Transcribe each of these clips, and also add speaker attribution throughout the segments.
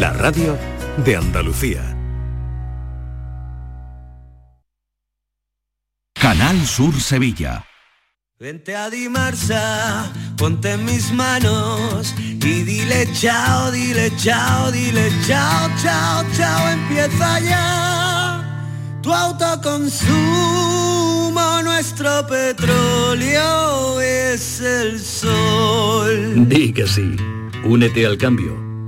Speaker 1: La radio de Andalucía.
Speaker 2: Canal Sur Sevilla.
Speaker 3: Vente a Dimarsa, ponte en mis manos y dile chao, dile chao, dile chao, chao, chao, empieza ya. Tu autoconsumo, nuestro petróleo es el sol.
Speaker 4: Di que sí. Únete al cambio.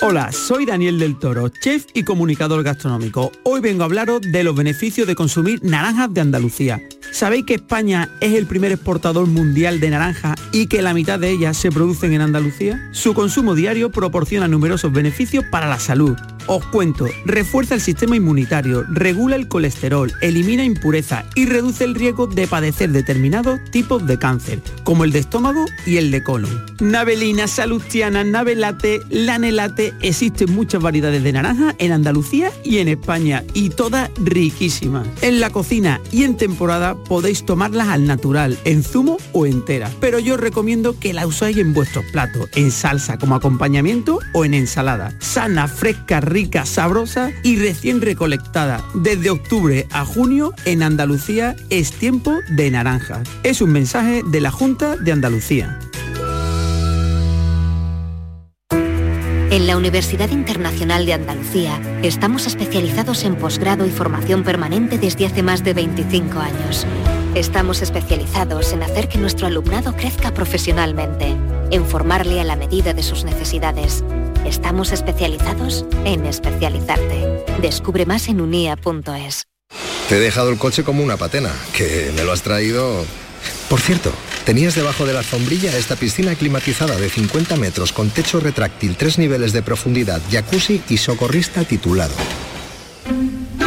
Speaker 5: Hola, soy Daniel del Toro, chef y comunicador gastronómico. Hoy vengo a hablaros de los beneficios de consumir naranjas de Andalucía. ¿Sabéis que España es el primer exportador mundial de naranjas y que la mitad de ellas se producen en Andalucía? Su consumo diario proporciona numerosos beneficios para la salud. Os cuento, refuerza el sistema inmunitario, regula el colesterol, elimina impurezas y reduce el riesgo de padecer determinados tipos de cáncer, como el de estómago y el de colon. Navelina, salustiana, navelate, lanelate, existen muchas variedades de naranja en Andalucía y en España y todas riquísimas. En la cocina y en temporada podéis tomarlas al natural, en zumo o entera, pero yo os recomiendo que la usáis en vuestros platos, en salsa como acompañamiento o en ensalada. Sana, fresca, rica, sabrosa y recién recolectada. Desde octubre a junio en Andalucía es tiempo de naranja. Es un mensaje de la Junta de Andalucía.
Speaker 6: En la Universidad Internacional de Andalucía estamos especializados en posgrado y formación permanente desde hace más de 25 años. Estamos especializados en hacer que nuestro alumnado crezca profesionalmente, en formarle a la medida de sus necesidades. Estamos especializados en especializarte. Descubre más en unia.es.
Speaker 7: Te he dejado el coche como una patena, que me lo has traído... Por cierto, tenías debajo de la sombrilla esta piscina climatizada de 50 metros con techo retráctil, tres niveles de profundidad, jacuzzi y socorrista titulado.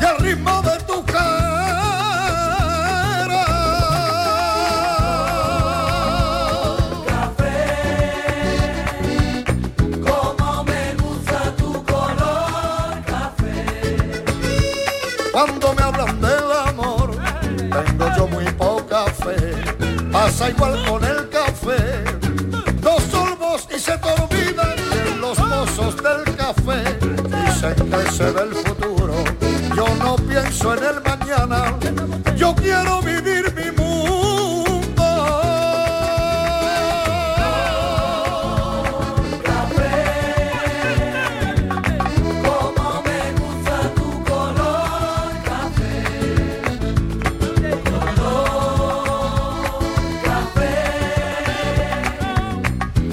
Speaker 8: y el ritmo de tu cara.
Speaker 3: Como me gusta tu color
Speaker 8: Cuando me hablan del amor, tengo yo muy poca fe. Pasa igual con el café. Dos sorbos y se te olvidan que los mozos del café. Dicen que se ve el futuro. Yo no pienso en el mañana. Yo quiero vivir mi mundo.
Speaker 3: Como me gusta tu color café Color café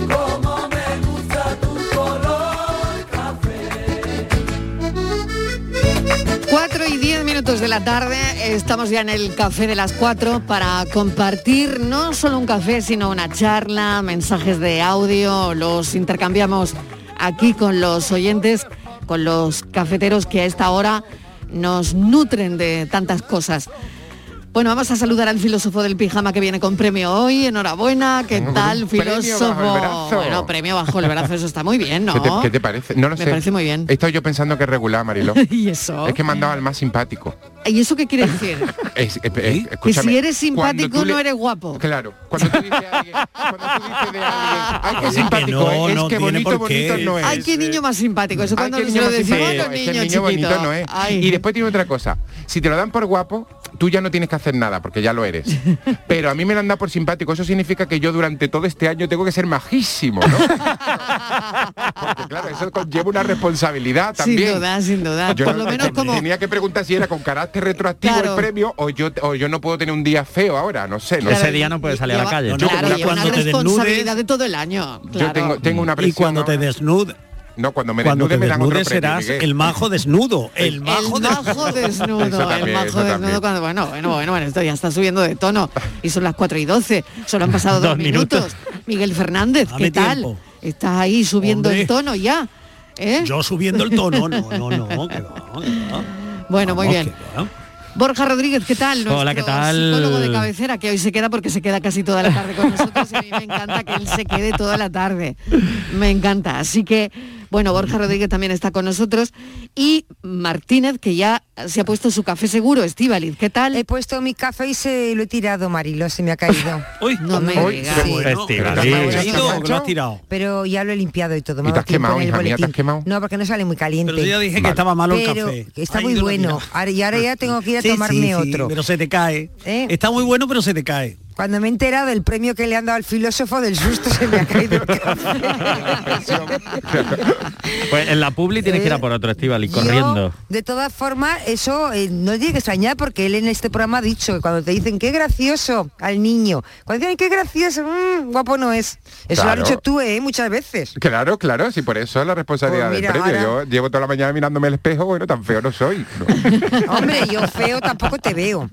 Speaker 3: Como me gusta tu color café
Speaker 9: 4 y 10 minutos de la tarde, estamos ya en el café de las 4 para compartir no solo un café, sino una charla, mensajes de audio, los intercambiamos aquí con los oyentes, con los cafeteros que a esta hora nos nutren de tantas cosas. Bueno, vamos a saludar al filósofo del pijama que viene con premio hoy. Enhorabuena, ¿qué tal,
Speaker 10: premio
Speaker 9: filósofo?
Speaker 10: bajo el brazo.
Speaker 9: Bueno, premio bajo el brazo, eso está muy bien, ¿no?
Speaker 10: ¿Qué, te, qué te parece? No lo
Speaker 9: Me
Speaker 10: sé.
Speaker 9: parece muy bien.
Speaker 10: He estado yo pensando que es regular, Mariló.
Speaker 9: ¿Y eso?
Speaker 10: Es que me han dado al más simpático.
Speaker 9: ¿Y eso qué quiere decir?
Speaker 10: Es- es- es-
Speaker 9: Que
Speaker 10: escúchame,
Speaker 9: si eres
Speaker 10: cuando
Speaker 9: simpático
Speaker 10: tú le-
Speaker 9: no eres guapo.
Speaker 10: Claro, cuando tú dices a alguien, cuando tú dices de alguien, ay,
Speaker 11: Ah,
Speaker 10: qué simpático, es, es que bonito, bonito no es.
Speaker 9: Ay, qué niño más simpático. Eso
Speaker 10: Ay,
Speaker 9: cuando
Speaker 10: qué
Speaker 9: se
Speaker 10: niño
Speaker 9: lo
Speaker 10: más
Speaker 9: decimos a
Speaker 10: simpático,
Speaker 9: los
Speaker 10: es que el
Speaker 9: niños
Speaker 10: niño bonito
Speaker 9: chiquitos.
Speaker 10: no es.
Speaker 9: Ay.
Speaker 10: Y después tiene otra cosa. Si te lo dan por guapo, tú ya no tienes que hacer nada porque ya lo eres. Pero a mí me lo han dado por simpático. Eso significa que yo durante todo este año tengo que ser majísimo, ¿no? Porque claro, eso conlleva una responsabilidad
Speaker 9: Sin
Speaker 10: también. Pues
Speaker 9: duda, sin duda.
Speaker 10: Yo
Speaker 9: Por
Speaker 10: no-
Speaker 9: lo menos como...
Speaker 10: tenía que preguntar si era con carácter retroactivo
Speaker 9: Claro.
Speaker 10: el premio o yo o yo no puedo tener un día feo ahora, no sé, no
Speaker 11: Ese
Speaker 10: sé.
Speaker 11: día no puedes salir a la calle.
Speaker 10: No, no,
Speaker 9: claro,
Speaker 10: una
Speaker 9: lleva una
Speaker 10: cuando te
Speaker 9: responsabilidad de todo el año.
Speaker 10: Yo tengo, tengo una presión.
Speaker 11: Y cuando te desnudes.
Speaker 10: No, cuando me
Speaker 11: cuando
Speaker 10: desnude
Speaker 11: te
Speaker 10: me dan otro
Speaker 11: desnudes
Speaker 10: premio,
Speaker 11: serás
Speaker 10: Miguel.
Speaker 11: el majo desnudo. El majo
Speaker 9: El majo
Speaker 10: Eso
Speaker 9: desnudo, el
Speaker 10: también, eso
Speaker 9: majo desnudo
Speaker 10: también.
Speaker 9: cuando... Bueno, bueno, bueno, bueno, esto ya está subiendo de tono. Y son las 4 y 12, solo han pasado dos,
Speaker 11: Dos
Speaker 9: minutos.
Speaker 11: minutos.
Speaker 9: Miguel Fernández,
Speaker 11: Dame
Speaker 9: ¿qué tal?
Speaker 11: tiempo.
Speaker 9: Estás ahí subiendo el tono ya. ¿eh?
Speaker 11: Yo subiendo el tono, no, no, no. que va.
Speaker 9: Bueno, muy
Speaker 11: Vamos,
Speaker 9: bien. Borja Rodríguez, ¿qué tal?
Speaker 11: Hola,
Speaker 9: Nuestro
Speaker 11: ¿qué tal?
Speaker 9: Psicólogo de cabecera que hoy se queda porque se queda casi toda la tarde con nosotros y a mí me encanta que él se quede toda la tarde. Me encanta. Así que, bueno, Borja Rodríguez también está con nosotros y Martínez que ya se ha puesto su café seguro, Estíbaliz, ¿qué tal?
Speaker 12: He puesto mi café y se lo he tirado, Marilo, se me ha caído.
Speaker 11: Uy,
Speaker 9: no me
Speaker 10: Uy,
Speaker 9: digas.
Speaker 10: qué bueno.
Speaker 11: Estivaliz.
Speaker 10: Pero te has
Speaker 11: Caído,
Speaker 10: manchado.
Speaker 11: que Este, lo has tirado.
Speaker 12: Pero ya lo he limpiado y todo.
Speaker 10: ¿Y
Speaker 12: me
Speaker 10: te
Speaker 12: ha dado
Speaker 10: has
Speaker 12: tiempo
Speaker 10: quemado,
Speaker 12: en el
Speaker 10: hija mía? ¿Te has
Speaker 12: boletín. No, porque no sale muy caliente.
Speaker 11: Pero yo ya dije que Vale. estaba malo el
Speaker 12: Pero
Speaker 11: café.
Speaker 12: Está
Speaker 11: Ahí
Speaker 12: muy
Speaker 11: no lo
Speaker 12: bueno.
Speaker 11: mira.
Speaker 12: Ahora- y ahora ya tengo que ir a
Speaker 11: Sí,
Speaker 12: tomarme
Speaker 11: sí, sí,
Speaker 12: otro.
Speaker 11: pero se te cae.
Speaker 12: ¿Eh?
Speaker 11: Está muy bueno, pero se te cae.
Speaker 12: Cuando me he enterado del premio que le han dado al filósofo del susto se me ha caído el café.
Speaker 13: Pues en la publi tienes que ir a por otro estival y corriendo.
Speaker 12: De todas formas, eso eh, no tiene que extrañar porque él en este programa ha dicho que cuando te dicen qué gracioso al niño, cuando dicen qué gracioso, mm, guapo no es. Eso lo
Speaker 10: Claro.
Speaker 12: has dicho tú, ¿eh? Muchas veces.
Speaker 10: Claro, claro, sí, por eso es la responsabilidad
Speaker 12: Pues mira,
Speaker 10: del premio.
Speaker 12: ahora-
Speaker 10: Yo llevo toda la mañana mirándome el espejo, bueno, tan feo no soy. No.
Speaker 12: Hombre, yo feo tampoco te veo.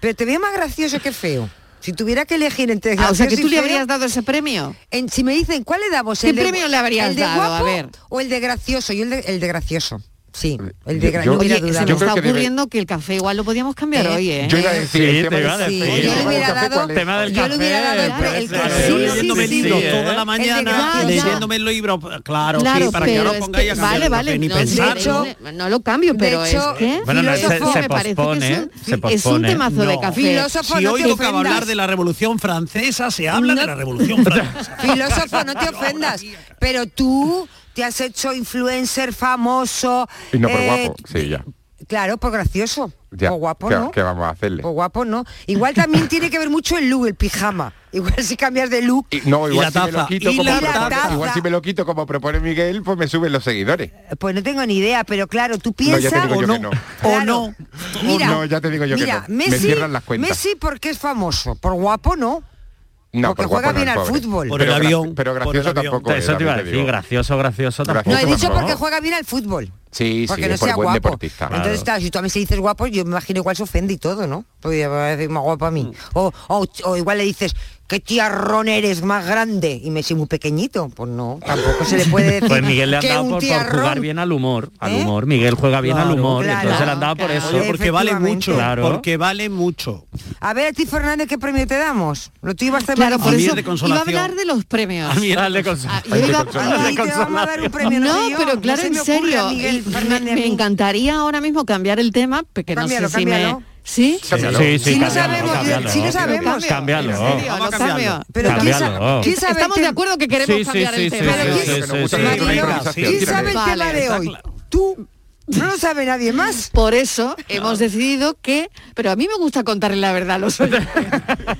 Speaker 12: Pero te veo más gracioso que feo. Si tuviera que elegir entre
Speaker 9: Ah, o sea,
Speaker 12: gracioso
Speaker 9: que
Speaker 12: y
Speaker 9: tú le
Speaker 12: feo,
Speaker 9: habrías dado ese premio.
Speaker 12: en- si me dicen, ¿cuál le damos?
Speaker 9: ¿Qué
Speaker 12: ¿El de
Speaker 9: premio
Speaker 12: gu-
Speaker 9: le habrías
Speaker 12: el de
Speaker 9: dado? A
Speaker 12: guapo
Speaker 9: ver.
Speaker 12: ¿O el de gracioso? Yo el de, el de gracioso. Sí, el de
Speaker 10: Yo-
Speaker 12: gra-
Speaker 10: yo-
Speaker 12: no hubiera
Speaker 9: Oye, se
Speaker 12: dudado.
Speaker 9: me está ocurriendo que el café igual lo podíamos cambiar
Speaker 12: Eh,
Speaker 9: hoy, ¿eh?
Speaker 10: Yo iba a decir, el tema del- el
Speaker 12: Yo le
Speaker 10: tema del
Speaker 12: hubiera
Speaker 10: café,
Speaker 12: dado,
Speaker 10: ¿cuál es?
Speaker 12: yo le hubiera dado el, pre- el que- sí, sí,
Speaker 11: leyéndome
Speaker 12: sí,
Speaker 11: libros
Speaker 12: sí,
Speaker 11: toda
Speaker 12: ¿eh?
Speaker 11: la mañana,
Speaker 12: El de gracioso.
Speaker 11: leyéndome el libro. Claro,
Speaker 9: Claro,
Speaker 11: sí, para que
Speaker 9: pero
Speaker 11: ahora
Speaker 9: es
Speaker 11: pongáis
Speaker 9: que-
Speaker 11: a cambiar
Speaker 9: vale,
Speaker 11: el
Speaker 9: vale,
Speaker 11: papel ni
Speaker 9: no, de
Speaker 11: pensar.
Speaker 9: hecho- no lo cambio, pero
Speaker 12: hecho,
Speaker 9: es que
Speaker 11: Bueno, no, se-
Speaker 12: filósofo-
Speaker 11: se
Speaker 12: me parece que
Speaker 9: es
Speaker 11: pospone, ¿eh?
Speaker 9: un-
Speaker 11: se
Speaker 9: es un
Speaker 11: pospone.
Speaker 9: temazo de café. Filósofo,
Speaker 11: si
Speaker 9: no
Speaker 11: hoy
Speaker 9: te
Speaker 11: tocaba
Speaker 9: ofendas.
Speaker 11: hablar de la Revolución Francesa, se habla de la Revolución Francesa.
Speaker 12: Filósofo, no te ofendas, pero tú te has hecho influencer famoso.
Speaker 10: Y no por
Speaker 12: eh,
Speaker 10: guapo, sí, ya.
Speaker 12: Claro, por gracioso.
Speaker 10: ya.
Speaker 12: o guapo,
Speaker 10: ¿Qué,
Speaker 12: ¿no?
Speaker 10: qué vamos a hacerle?
Speaker 12: O Pues guapo, ¿no? Igual también tiene que ver mucho el look, el pijama. Igual si cambias de look.
Speaker 10: Y- no,
Speaker 12: Y
Speaker 10: igual
Speaker 12: la
Speaker 10: si me lo
Speaker 12: taza.
Speaker 10: quito
Speaker 12: Y
Speaker 10: como
Speaker 12: la
Speaker 10: propone-
Speaker 12: taza.
Speaker 10: igual si me lo quito como propone Miguel, pues me suben los seguidores.
Speaker 12: Pues no tengo ni idea, pero claro, tú
Speaker 10: No, ya te
Speaker 12: piensas...
Speaker 10: digo yo que no.
Speaker 12: O no. Mira,
Speaker 10: no, ya te digo yo
Speaker 12: mira,
Speaker 10: que no.
Speaker 12: Messi,
Speaker 10: me cierran las cuentas.
Speaker 12: Messi porque es famoso, por guapo no.
Speaker 10: no,
Speaker 12: porque
Speaker 10: por guapo
Speaker 12: juega
Speaker 10: no,
Speaker 12: bien
Speaker 10: el
Speaker 12: al
Speaker 10: pobre.
Speaker 12: fútbol.
Speaker 10: pero gra-
Speaker 11: avión,
Speaker 10: Pero gracioso tampoco.
Speaker 13: Eso
Speaker 10: es,
Speaker 13: te iba
Speaker 10: también
Speaker 13: a decir,
Speaker 10: digo.
Speaker 13: gracioso, gracioso tampoco.
Speaker 12: No, he dicho porque juega bien al fútbol.
Speaker 10: Sí,
Speaker 12: Porque
Speaker 10: sí,
Speaker 12: no
Speaker 10: es por
Speaker 12: sea
Speaker 10: buen
Speaker 12: guapo.
Speaker 10: deportista.
Speaker 12: Entonces, claro, si tú a mí se dices guapo, yo me imagino igual se ofende y todo, ¿no? Podría decir más guapo a
Speaker 13: Mm.
Speaker 12: mí. O, o- o igual le dices, qué tiarrón eres más grande. Y me soy muy pequeñito. Pues no, tampoco se le puede decir.
Speaker 13: Pues Miguel le han
Speaker 12: que
Speaker 13: dado
Speaker 12: un
Speaker 13: por, por
Speaker 12: tiarrón. ¿Eh?
Speaker 13: jugar bien al humor. Al humor. Miguel juega bien al
Speaker 14: Claro,
Speaker 13: humor.
Speaker 14: claro,
Speaker 13: entonces le han dado por eso.
Speaker 14: Oye, porque vale mucho, porque vale mucho.
Speaker 12: A ver, a ti, Fernández, ¿qué premio te damos? Lo tuyo va a estar
Speaker 14: Claro, por A mí eso el de
Speaker 9: Iba a hablar de los premios.
Speaker 13: A mí era el
Speaker 12: Ah,
Speaker 13: de consolación.
Speaker 9: yo
Speaker 13: El de
Speaker 9: iba-
Speaker 13: consolación.
Speaker 12: Ahí te vamos a dar un premio, no, sé yo,
Speaker 9: pero
Speaker 12: no
Speaker 9: claro,
Speaker 12: se
Speaker 9: en
Speaker 12: me ocurre a
Speaker 9: serio,
Speaker 12: Miguel
Speaker 9: y- me,
Speaker 12: Fernández a
Speaker 9: me
Speaker 12: mí.
Speaker 9: encantaría ahora mismo cambiar el tema, porque
Speaker 12: Cámbialo,
Speaker 9: no sé si
Speaker 12: cámbialo.
Speaker 9: me... ¿Sí?
Speaker 13: Cámbialo. Sí, sí,
Speaker 9: Si no
Speaker 13: cámbialo,
Speaker 9: sabemos,
Speaker 13: cámbialo,
Speaker 9: si no
Speaker 13: cámbialo.
Speaker 9: sabemos.
Speaker 13: Cámbialo.
Speaker 9: En serio,
Speaker 13: Vamos
Speaker 9: lo
Speaker 13: a cambiarlo.
Speaker 9: cambio.
Speaker 13: Pero ¿quién sa- Cámbialo. quién
Speaker 12: sabe
Speaker 9: Estamos
Speaker 12: el
Speaker 9: de
Speaker 12: tema?
Speaker 9: acuerdo que queremos
Speaker 13: Sí, sí,
Speaker 9: cambiar
Speaker 13: sí,
Speaker 9: el
Speaker 13: sí,
Speaker 9: tema.
Speaker 13: sí, sí, sí, sí, sí.
Speaker 12: Mariló, ¿quién sabe el
Speaker 9: Vale,
Speaker 12: tema de
Speaker 9: está
Speaker 12: hoy?
Speaker 9: claro.
Speaker 12: Tú no lo sabe nadie más.
Speaker 9: Por eso hemos decidido que, pero a mí me gusta contarle la verdad a los oyentes.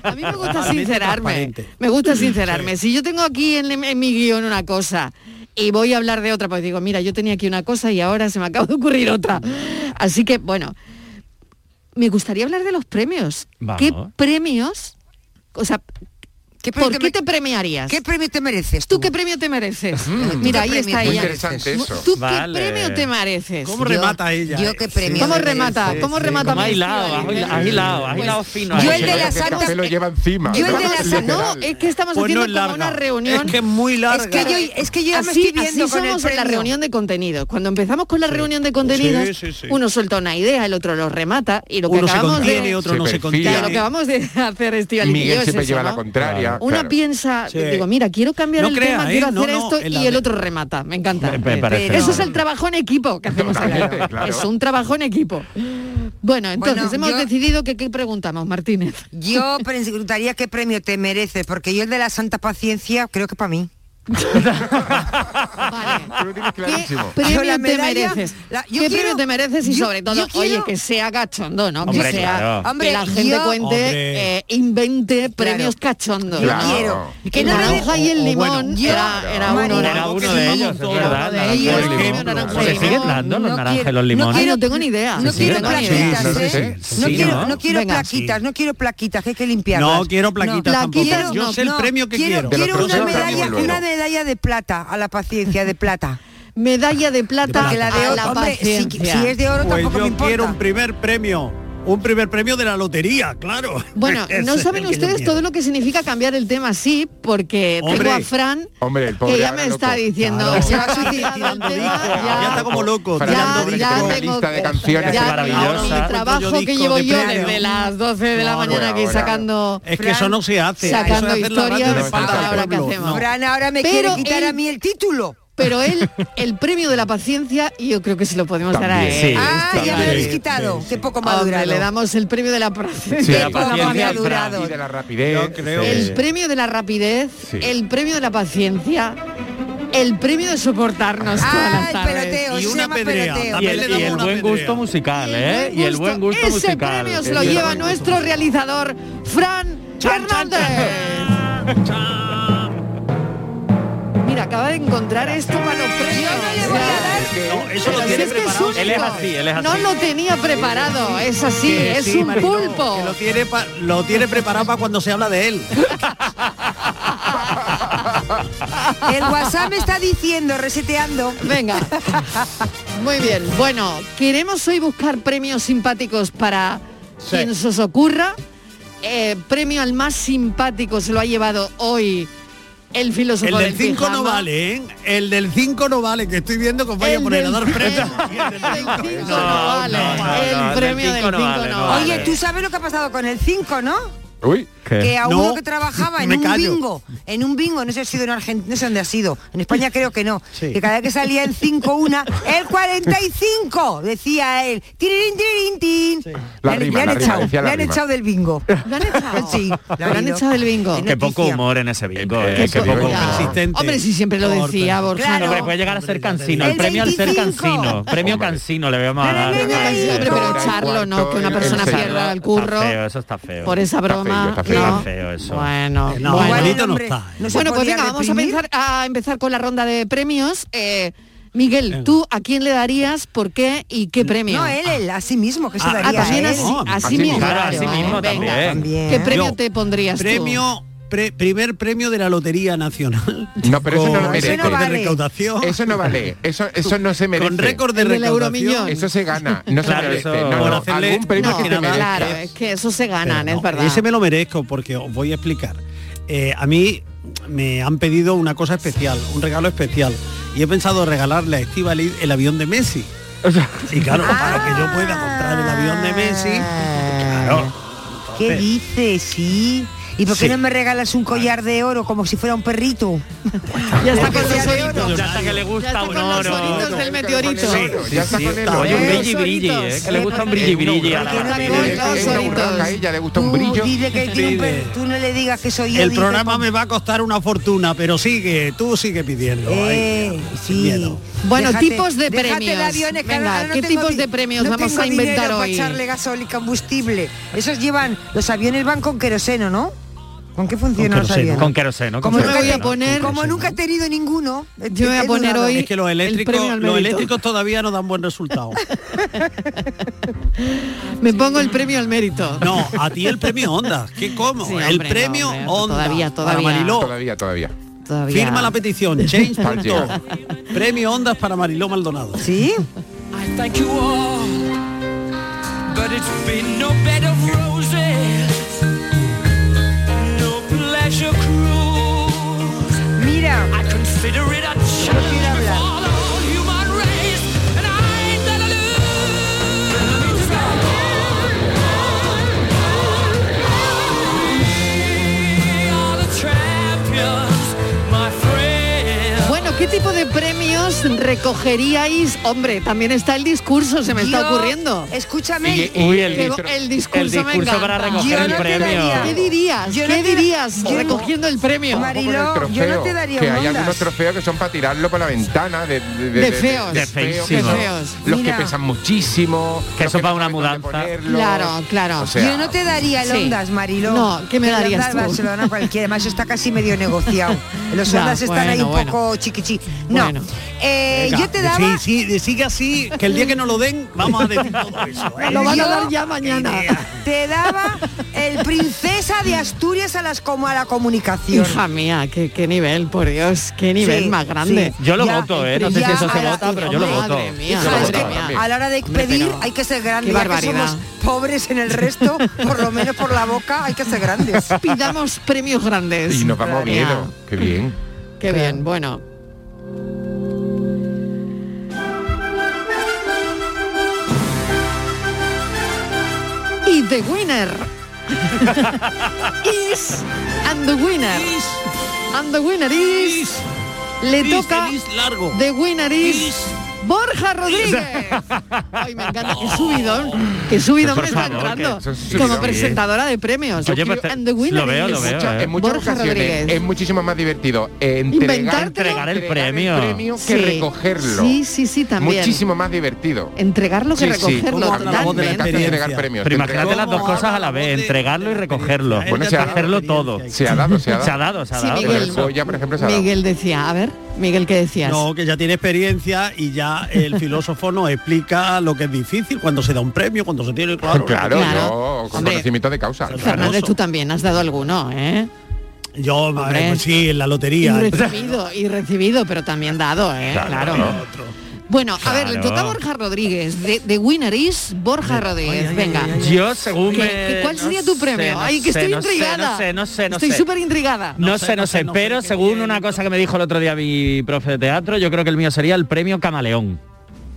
Speaker 9: A mí me gusta
Speaker 14: Totalmente
Speaker 9: sincerarme.
Speaker 14: transparente.
Speaker 9: Me gusta sincerarme. Si yo tengo aquí en, en mi guión una cosa y voy a hablar de otra, pues digo, mira, yo tenía aquí una cosa y ahora se me acaba de ocurrir otra. Así que, bueno, me gustaría hablar de los premios.
Speaker 12: Vamos.
Speaker 9: ¿Qué premios? O sea,
Speaker 12: ¿Qué premio te
Speaker 9: ¿por qué
Speaker 12: me-
Speaker 9: te premiarías?
Speaker 12: ¿Qué premio te mereces?
Speaker 9: ¿Tú qué premio te mereces? Mira, ahí está
Speaker 12: Muy
Speaker 9: ella.
Speaker 12: interesante eso.
Speaker 9: ¿Tú
Speaker 13: Vale.
Speaker 9: qué premio te mereces?
Speaker 12: ¿Cómo Yo- remata ella, yo eh? qué premio
Speaker 9: ¿Cómo
Speaker 12: me
Speaker 9: remata?
Speaker 12: merezco?
Speaker 9: ¿Cómo
Speaker 12: Sí,
Speaker 9: remata?
Speaker 13: Como ha
Speaker 9: mi
Speaker 13: hilado, ha
Speaker 9: Estíbaliz?
Speaker 13: hilado, ha hilado, ha hilado fino.
Speaker 12: Pues yo
Speaker 13: ha
Speaker 12: el
Speaker 13: hecho.
Speaker 12: de las
Speaker 10: El café
Speaker 12: actas-
Speaker 10: lo lleva encima.
Speaker 12: Yo el de
Speaker 10: ¿no?
Speaker 12: las
Speaker 9: No,
Speaker 10: Literal.
Speaker 9: es que estamos
Speaker 10: Pues no
Speaker 9: haciendo
Speaker 10: es
Speaker 9: como
Speaker 10: larga.
Speaker 9: una reunión.
Speaker 10: Es que es muy larga.
Speaker 12: Es que yo- es que yo ya me
Speaker 9: Así-
Speaker 12: estoy viendo
Speaker 9: así
Speaker 12: con el
Speaker 9: somos en la
Speaker 12: premio.
Speaker 9: reunión de contenidos. Cuando empezamos con la reunión de contenidos,
Speaker 14: Sí, sí, sí.
Speaker 9: uno suelta una idea, el otro lo remata y lo que
Speaker 14: Uno se
Speaker 9: acabamos
Speaker 14: contiene,
Speaker 9: de
Speaker 14: otro
Speaker 10: Se
Speaker 14: no se
Speaker 10: perfila.
Speaker 14: contiene.
Speaker 9: Claro, lo que acabamos de hacer Estíbaliz y yo
Speaker 10: Miguel
Speaker 9: es
Speaker 10: siempre
Speaker 9: eso,
Speaker 10: lleva
Speaker 9: ¿no?
Speaker 10: la contraria.
Speaker 9: Una
Speaker 10: claro.
Speaker 9: piensa,
Speaker 10: Sí.
Speaker 9: digo, mira, quiero cambiar
Speaker 10: No
Speaker 9: el
Speaker 10: crea,
Speaker 9: tema,
Speaker 10: ¿eh?
Speaker 9: quiero hacer
Speaker 10: No, no,
Speaker 9: esto
Speaker 10: en
Speaker 9: y
Speaker 10: la
Speaker 9: el
Speaker 10: de-
Speaker 9: otro remata. Me encanta.
Speaker 13: Me- me parece-
Speaker 9: Eso es el trabajo en equipo que hacemos ahora.
Speaker 13: Totalmente, claro.
Speaker 9: Es un trabajo en equipo. Bueno, entonces
Speaker 12: Bueno,
Speaker 9: hemos
Speaker 12: yo-
Speaker 9: decidido que qué preguntamos, Martínez.
Speaker 12: Yo preguntaría qué premio te mereces, porque yo el de la santa paciencia creo que para mí.
Speaker 10: Clarísimo.
Speaker 12: Yo la
Speaker 9: premio te
Speaker 12: medalla,
Speaker 9: mereces?
Speaker 12: la- yo
Speaker 9: ¿Qué
Speaker 12: quiero-
Speaker 9: premio te mereces? Y
Speaker 12: yo-
Speaker 9: sobre todo,
Speaker 12: yo
Speaker 9: oye,
Speaker 12: quiero-
Speaker 9: que sea cachondo, ¿no?
Speaker 12: Hombre,
Speaker 9: que sea,
Speaker 12: claro.
Speaker 9: que
Speaker 12: Hombre,
Speaker 9: la gente
Speaker 12: yo-
Speaker 9: cuente,
Speaker 12: Hombre.
Speaker 9: eh, invente premios cachondos.
Speaker 12: Yo
Speaker 9: ¿no?
Speaker 12: quiero
Speaker 9: Que
Speaker 12: que
Speaker 9: el
Speaker 12: no me den-
Speaker 9: naranja y el
Speaker 12: o- o
Speaker 9: limón
Speaker 12: bueno, yo-
Speaker 9: era, era uno,
Speaker 13: Era
Speaker 9: ¿no?
Speaker 13: uno de ellos, es verdad.
Speaker 9: de
Speaker 13: naranja y
Speaker 9: ellos,
Speaker 13: limón.
Speaker 9: premio naranja
Speaker 13: ¿Se
Speaker 9: y
Speaker 13: siguen
Speaker 9: limón.
Speaker 13: dando los
Speaker 9: No
Speaker 13: naranjas y
Speaker 9: quiero-
Speaker 13: los limones?
Speaker 9: Ay, no tengo ni idea.
Speaker 12: No
Speaker 13: Sí,
Speaker 12: quiero
Speaker 13: sí, sí,
Speaker 12: plaquitas,
Speaker 13: sí, sí,
Speaker 12: ¿eh?
Speaker 13: sí, sí,
Speaker 12: No
Speaker 13: sí,
Speaker 12: quiero,
Speaker 13: ¿no?
Speaker 12: no quiero
Speaker 13: Venga.
Speaker 12: plaquitas, no quiero plaquitas, que hay que limpiarlas.
Speaker 13: No quiero plaquitas tampoco.
Speaker 12: Quiero-
Speaker 13: Yo sé el premio que quiero. De
Speaker 12: Quiero
Speaker 13: los
Speaker 12: una
Speaker 13: próximos
Speaker 12: medalla,
Speaker 13: premios luego.
Speaker 12: una medalla de plata a la paciencia, de plata.
Speaker 9: Medalla de plata,
Speaker 12: Porque la de
Speaker 9: a
Speaker 12: oro-
Speaker 9: la
Speaker 12: hombre, si-
Speaker 9: paciencia.
Speaker 12: si es de oro,
Speaker 14: Pues
Speaker 12: tampoco
Speaker 14: yo
Speaker 12: me importa.
Speaker 14: quiero un primer premio, un primer premio de la lotería, claro.
Speaker 9: Bueno,
Speaker 14: Ese
Speaker 9: no
Speaker 14: es
Speaker 9: saben
Speaker 14: el que yo
Speaker 9: ustedes
Speaker 14: quiero.
Speaker 9: todo lo que significa cambiar el tema así, porque
Speaker 14: Hombre.
Speaker 9: tengo a Fran
Speaker 10: Hombre, el pobre
Speaker 9: que ya
Speaker 10: ahora
Speaker 9: me
Speaker 10: loco.
Speaker 9: está diciendo
Speaker 10: Claro.
Speaker 9: "Ya ha suicidado el tema, ya-
Speaker 14: está como loco.
Speaker 10: Fran,
Speaker 14: tirando
Speaker 10: pobre, que
Speaker 14: brincos.
Speaker 10: tiene una lista de canciones
Speaker 14: ya-
Speaker 10: maravillosa.
Speaker 14: ahora
Speaker 9: el trabajo que
Speaker 14: disco
Speaker 9: llevo
Speaker 14: de
Speaker 9: yo
Speaker 14: premio.
Speaker 9: desde las 12 de la
Speaker 14: Ahora,
Speaker 9: mañana aquí
Speaker 14: ahora.
Speaker 9: sacando
Speaker 14: Es que eso no se hace.
Speaker 9: sacando
Speaker 14: eso es hacer la radio
Speaker 9: historias
Speaker 14: de espaldas al
Speaker 9: ahora que
Speaker 14: pueblo.
Speaker 9: hacemos.
Speaker 14: No.
Speaker 12: Fran ahora me quiere quitar a mí el título.
Speaker 9: Pero él, el premio de la paciencia, yo creo que se lo podemos dar a
Speaker 12: También.
Speaker 9: él.
Speaker 12: Sí, Ah, ya me lo también. habéis quitado. Qué poco me ha
Speaker 9: Hombre,
Speaker 12: durado.
Speaker 9: Le damos el premio de la
Speaker 10: Sí,
Speaker 9: paciencia.
Speaker 10: la
Speaker 9: Qué poco me
Speaker 10: paciencia
Speaker 9: ha
Speaker 10: y de la-
Speaker 9: durado.
Speaker 10: y de la rapidez. eh,
Speaker 9: El premio de la rapidez,
Speaker 10: Sí.
Speaker 9: el premio de la paciencia, el premio de soportarnos todas las tardes.
Speaker 12: peloteo,
Speaker 9: y
Speaker 12: se llama peloteo.
Speaker 13: Y el, y el buen gusto musical, ¿eh? Y el buen gusto
Speaker 9: Ese
Speaker 13: musical.
Speaker 9: premio se lo lleva nuestro realizador, Fran Fernández. Mira, acaba de encontrar esto para los premios. o sea,
Speaker 13: No, eso
Speaker 9: pero
Speaker 13: lo
Speaker 9: si
Speaker 13: tiene
Speaker 9: es que es
Speaker 13: preparado.
Speaker 9: único.
Speaker 13: Él es así, él es así.
Speaker 9: No lo tenía preparado, es así,
Speaker 14: Que
Speaker 9: es
Speaker 14: sí,
Speaker 9: un
Speaker 14: Mariló,
Speaker 9: pulpo.
Speaker 14: que lo, tiene pa- lo tiene preparado para cuando se habla de él.
Speaker 12: El WhatsApp me está diciendo, reseteando.
Speaker 9: Venga. Muy bien, bueno, queremos hoy buscar premios simpáticos para quien se os ocurra. Eh, premio al más simpático se lo ha llevado hoy el filósofo
Speaker 14: El del 5
Speaker 9: pijama.
Speaker 14: no vale, ¿eh? El del 5 no vale, que estoy viendo con vaya
Speaker 9: El
Speaker 14: por el
Speaker 9: del
Speaker 14: dar frente.
Speaker 9: El 5 no vale. el premio del 5 no, vale.
Speaker 12: Oye, tú sabes lo que ha pasado con el 5, ¿no?
Speaker 10: Uy.
Speaker 12: Que a
Speaker 14: No,
Speaker 12: uno que trabajaba en
Speaker 14: me
Speaker 12: un
Speaker 14: callo.
Speaker 12: bingo, en un bingo, no sé si ha sido en Argentina, no sé dónde ha sido, en España creo que no, que cada vez que salía el 5 una, el 45, decía él, tirirín, tirirín, tin.
Speaker 13: La
Speaker 12: Le- le
Speaker 13: rima,
Speaker 12: han
Speaker 13: la rima,
Speaker 12: echado,
Speaker 13: decía la
Speaker 12: le han
Speaker 13: rima.
Speaker 12: echado del bingo.
Speaker 9: ¿Lo han echado?
Speaker 12: Sí,
Speaker 9: ¿Lo han
Speaker 12: oído.
Speaker 9: echado del bingo?
Speaker 13: Qué poco humor en ese bingo, eh, qué qué poco poco humor. persistente.
Speaker 9: Hombre, si siempre lo decía, Borja.
Speaker 13: Claro.
Speaker 9: ¿no?
Speaker 13: Hombre, puede llegar a ser cansino. El,
Speaker 9: El
Speaker 13: premio al ser
Speaker 9: 25.
Speaker 13: cansino. Premio cansino le vemos a dar.
Speaker 9: Premio cansino, hombre, pero echarlo, ¿no? Que una persona
Speaker 13: Echarlo,
Speaker 9: pierda el curro.
Speaker 13: Está feo, eso está feo.
Speaker 9: Por esa
Speaker 13: Está feo,
Speaker 9: broma,
Speaker 13: Está feo,
Speaker 9: ¿no?
Speaker 13: está feo eso.
Speaker 9: Bueno,
Speaker 13: no,
Speaker 9: bueno.
Speaker 13: bonito
Speaker 14: no
Speaker 13: hombre,
Speaker 14: está.
Speaker 13: no se
Speaker 9: bueno, pues
Speaker 14: podía
Speaker 9: venga, vamos a,
Speaker 14: reprimir.
Speaker 9: pensar- a empezar con la ronda de premios. Eh, Miguel, ¿tú a quién le darías, por qué y qué premio?
Speaker 12: No, él, él, a sí mismo, que se daría
Speaker 9: ah, también
Speaker 12: a él.
Speaker 9: así, así mismo.
Speaker 13: Claro, así mismo
Speaker 9: Venga,
Speaker 13: también.
Speaker 9: ¿Qué premio
Speaker 14: Yo,
Speaker 9: te pondrías tú?
Speaker 14: Premio pre- primer premio de la Lotería Nacional.
Speaker 10: No, pero eso no lo
Speaker 14: Con
Speaker 10: merece.
Speaker 14: récord de recaudación.
Speaker 10: Eso no vale. Eso, eso no se merece.
Speaker 14: Con récord de El del recaudación. euromillón.
Speaker 10: Eso se gana. No se
Speaker 14: Claro,
Speaker 10: merece.
Speaker 14: eso-
Speaker 10: No,
Speaker 14: por
Speaker 10: no.
Speaker 14: hacerle-
Speaker 10: Algún premio
Speaker 14: No,
Speaker 10: que te
Speaker 14: nada,
Speaker 10: merezca.
Speaker 9: Claro, es que eso se ganan, es verdad.
Speaker 14: Ese me lo merezco porque os voy a explicar. Eh, a mí me han pedido una cosa especial, un regalo especial. Y he pensado regalarle a Estivali el avión de Messi. Y claro, para que yo
Speaker 9: Ah.
Speaker 14: pueda comprar el avión de Messi. Claro.
Speaker 12: ¿Qué
Speaker 14: Entonces,
Speaker 12: dices? Sí. ¿Y por qué
Speaker 14: Sí.
Speaker 12: no me regalas un collar de oro como si fuera un perrito?
Speaker 9: Ya está con los
Speaker 13: Ya
Speaker 9: oídos.
Speaker 13: hasta que le gusta un
Speaker 9: Los
Speaker 13: oro.
Speaker 9: oídos del meteorito.
Speaker 13: Ya está con el Oye, un brilli brilli, ¿eh? Que le gusta un brilli brilli a la
Speaker 10: ella le gusta
Speaker 12: un
Speaker 10: brillo.
Speaker 12: Dile que tiene un per-
Speaker 14: Pide.
Speaker 12: tú no le digas que soy yo.
Speaker 14: El
Speaker 12: dile
Speaker 14: programa me va a costar una fortuna, pero sigue, tú sigue pidiendo.
Speaker 12: Eh,
Speaker 14: Ay, miedo.
Speaker 9: Bueno,
Speaker 12: Déjate-
Speaker 9: tipos de
Speaker 12: déjate
Speaker 9: premios.
Speaker 12: de aviones, que
Speaker 9: Venga,
Speaker 12: ahora no
Speaker 9: ¿qué
Speaker 12: tengo
Speaker 9: tipos
Speaker 12: di-
Speaker 9: de premios
Speaker 12: no
Speaker 9: vamos
Speaker 12: tengo
Speaker 9: a inventar
Speaker 12: dinero para
Speaker 9: hoy?
Speaker 12: echarle gasol y combustible. Esos llevan, los aviones van con queroseno, ¿no? ¿Con qué funcionan los aviones?
Speaker 13: Con queroseno.
Speaker 12: Como
Speaker 13: con
Speaker 12: nunca
Speaker 13: queroseno.
Speaker 12: te- como nunca he tenido ninguno, eh,
Speaker 9: Yo me voy a
Speaker 12: he
Speaker 9: poner
Speaker 12: dudado.
Speaker 9: hoy
Speaker 14: Es que los eléctricos,
Speaker 9: premio al
Speaker 14: los
Speaker 9: mérito.
Speaker 14: eléctricos todavía no dan buen resultado.
Speaker 9: Me pongo el premio al mérito.
Speaker 14: No, a ti el premio Ondas. ¿Qué cómo?
Speaker 9: Sí,
Speaker 14: el
Speaker 9: hombre, no,
Speaker 14: premio
Speaker 9: hombre,
Speaker 14: Ondas.
Speaker 9: todavía, todavía.
Speaker 14: Para Mariló.
Speaker 10: Todavía, todavía.
Speaker 9: Todavía.
Speaker 14: Firma la petición. Change.org.
Speaker 10: Todavía.
Speaker 14: premio Ondas para Mariló Maldonado.
Speaker 12: ¿Sí?
Speaker 3: I thank you all, but it's been no bed of roses, no pleasure cruise.
Speaker 12: Mira.
Speaker 3: I consider it a challenge before the whole human race, and I ain't gonna lose. We are the champions, my friends.
Speaker 9: Bueno, ¿qué tipo de premios recogeríais? Hombre, también está el discurso, se me está
Speaker 12: Yo-
Speaker 9: ocurriendo.
Speaker 12: Escúchame.
Speaker 13: Y- y- Uy, el
Speaker 9: Que-
Speaker 13: discurso-
Speaker 9: discurso,
Speaker 13: el
Speaker 9: me
Speaker 13: discurso
Speaker 9: encanta.
Speaker 13: para recoger
Speaker 12: Yo el no te premio. daría-
Speaker 9: ¿Qué dirías?
Speaker 12: Yo no
Speaker 9: ¿Qué
Speaker 12: te-
Speaker 9: dirías
Speaker 12: yo no-
Speaker 9: recogiendo el premio?
Speaker 10: Con el
Speaker 12: Marilo, yo no te
Speaker 10: trofeo,
Speaker 12: daría
Speaker 10: que
Speaker 12: un
Speaker 10: hay
Speaker 12: Ondas.
Speaker 10: algunos trofeos que son para tirarlo por la ventana de, de,
Speaker 9: De feos.
Speaker 10: de
Speaker 9: De
Speaker 10: feos,
Speaker 9: feísimos.
Speaker 10: que son
Speaker 9: De feos.
Speaker 10: los
Speaker 12: Mira.
Speaker 10: que pesan muchísimo
Speaker 13: Que eso para una
Speaker 10: mudanza
Speaker 9: Claro, claro.
Speaker 10: O sea-
Speaker 12: yo no te daría el
Speaker 9: Sí.
Speaker 12: Ondas, Mariló.
Speaker 9: No, ¿qué me
Speaker 12: El
Speaker 9: darías
Speaker 12: Ondas
Speaker 9: tú?
Speaker 12: Barcelona cualquiera. Además, está casi medio negociado. Los
Speaker 9: Ya,
Speaker 12: Ondas están ahí
Speaker 9: bueno,
Speaker 12: un
Speaker 9: bueno.
Speaker 12: poco chiquichí. No,
Speaker 9: Bueno.
Speaker 12: eh,
Speaker 14: Venga,
Speaker 12: yo te daba...
Speaker 14: Sí, sí, de- sigue así, que el día que no lo den, vamos a decir todo eso. ¿eh?
Speaker 9: Lo van a
Speaker 12: Yo-
Speaker 9: dar ya mañana.
Speaker 12: Te daba el princesa de Asturias a las como a la comunicación.
Speaker 9: Hija mía, qué, qué nivel, por Dios, qué nivel
Speaker 12: Sí,
Speaker 9: más grande.
Speaker 13: Yo lo
Speaker 12: Ya,
Speaker 13: voto, ¿eh? No sé si
Speaker 12: ya,
Speaker 13: eso se
Speaker 12: ahora-
Speaker 13: vota, pero yo lo
Speaker 9: Madre
Speaker 13: voto.
Speaker 9: mía,
Speaker 13: Yo lo
Speaker 9: madre
Speaker 12: Es que
Speaker 13: voto
Speaker 12: a
Speaker 13: también.
Speaker 12: la hora de
Speaker 9: Hombre,
Speaker 12: pedir
Speaker 9: pero-
Speaker 12: hay que ser grande,
Speaker 9: qué
Speaker 12: ya que somos
Speaker 9: barbaridad.
Speaker 12: pobres en el resto, por lo menos por la boca hay que ser grandes.
Speaker 9: Pidamos premios grandes.
Speaker 10: y nos vamos a
Speaker 9: Claro.
Speaker 10: miedo qué bien
Speaker 9: Qué bien, bueno. Y the winner is and the winner and the winner is le
Speaker 14: Is,
Speaker 9: toca
Speaker 14: el is largo.
Speaker 9: the winner is
Speaker 14: Is.
Speaker 9: Borja Rodríguez. Ay, me encanta qué subidón, qué subidón
Speaker 13: Por
Speaker 9: me está
Speaker 13: favor,
Speaker 9: entrando
Speaker 10: que- eso es
Speaker 9: como
Speaker 10: subidón,
Speaker 9: presentadora de premios.
Speaker 13: Oye, pues te-
Speaker 9: and the winner
Speaker 13: lo veo,
Speaker 9: is-
Speaker 13: lo veo.
Speaker 10: Mucha-
Speaker 13: ¿eh?
Speaker 10: en muchas
Speaker 9: Borja
Speaker 10: ocasiones
Speaker 9: Rodríguez.
Speaker 10: es muchísimo más divertido entregar,
Speaker 9: Inventártelo.
Speaker 13: Entregar el
Speaker 10: entregar
Speaker 13: premio.
Speaker 10: premio que
Speaker 9: Sí.
Speaker 10: recogerlo
Speaker 9: Sí, sí, sí, también.
Speaker 10: muchísimo más divertido
Speaker 9: Entregarlo que
Speaker 10: Sí, sí.
Speaker 9: recogerlo.
Speaker 10: Hablamos de la
Speaker 9: totalmente.
Speaker 10: encanta
Speaker 14: experiencia.
Speaker 10: entregar premios
Speaker 13: Pero
Speaker 10: te
Speaker 13: imagínate
Speaker 10: entregas-
Speaker 13: las dos cosas a la vez, entregarlo y recogerlo.
Speaker 10: Bueno, se ha-
Speaker 13: hacerlo todo.
Speaker 10: se ha dado se ha dado
Speaker 13: Se ha dado, se ha
Speaker 9: Sí,
Speaker 13: dado.
Speaker 10: Con el
Speaker 9: Miguel.
Speaker 10: Goya, por ejemplo se ha dado
Speaker 9: Miguel decía, a ver, Miguel, ¿qué decías?
Speaker 14: No, que ya tiene experiencia y ya el filósofo nos explica lo que es difícil cuando se da un premio, cuando se tiene claro.
Speaker 10: Claro,
Speaker 9: Claro.
Speaker 10: yo con
Speaker 9: Hombre.
Speaker 10: conocimiento de causa.
Speaker 9: Fernández,
Speaker 14: Carnoso.
Speaker 9: tú también has dado alguno, ¿eh?
Speaker 14: Yo, madre,
Speaker 9: Hombre.
Speaker 14: pues sí, en la
Speaker 9: Y
Speaker 13: ¿eh?
Speaker 14: lotería.
Speaker 9: recibido, y recibido, pero también dado, ¿eh? Claro. Bueno, a ver, le
Speaker 13: Claro.
Speaker 9: toca a Borja Rodríguez. De, de winner is Borja Rodríguez. Venga.
Speaker 13: Yo según
Speaker 9: ¿Qué-
Speaker 13: me...
Speaker 9: qué- ¿Cuál
Speaker 13: no
Speaker 9: sería tu
Speaker 13: sé,
Speaker 9: premio?
Speaker 13: no
Speaker 9: Ay, que
Speaker 13: sé,
Speaker 9: estoy
Speaker 13: no sé,
Speaker 9: intrigada.
Speaker 13: No sé, no sé, no
Speaker 9: estoy
Speaker 13: sé.
Speaker 9: súper intrigada.
Speaker 13: No, sé, no sé, pero según una cosa que me dijo el otro día mi profe de teatro, yo creo que el mío sería el premio Camaleón.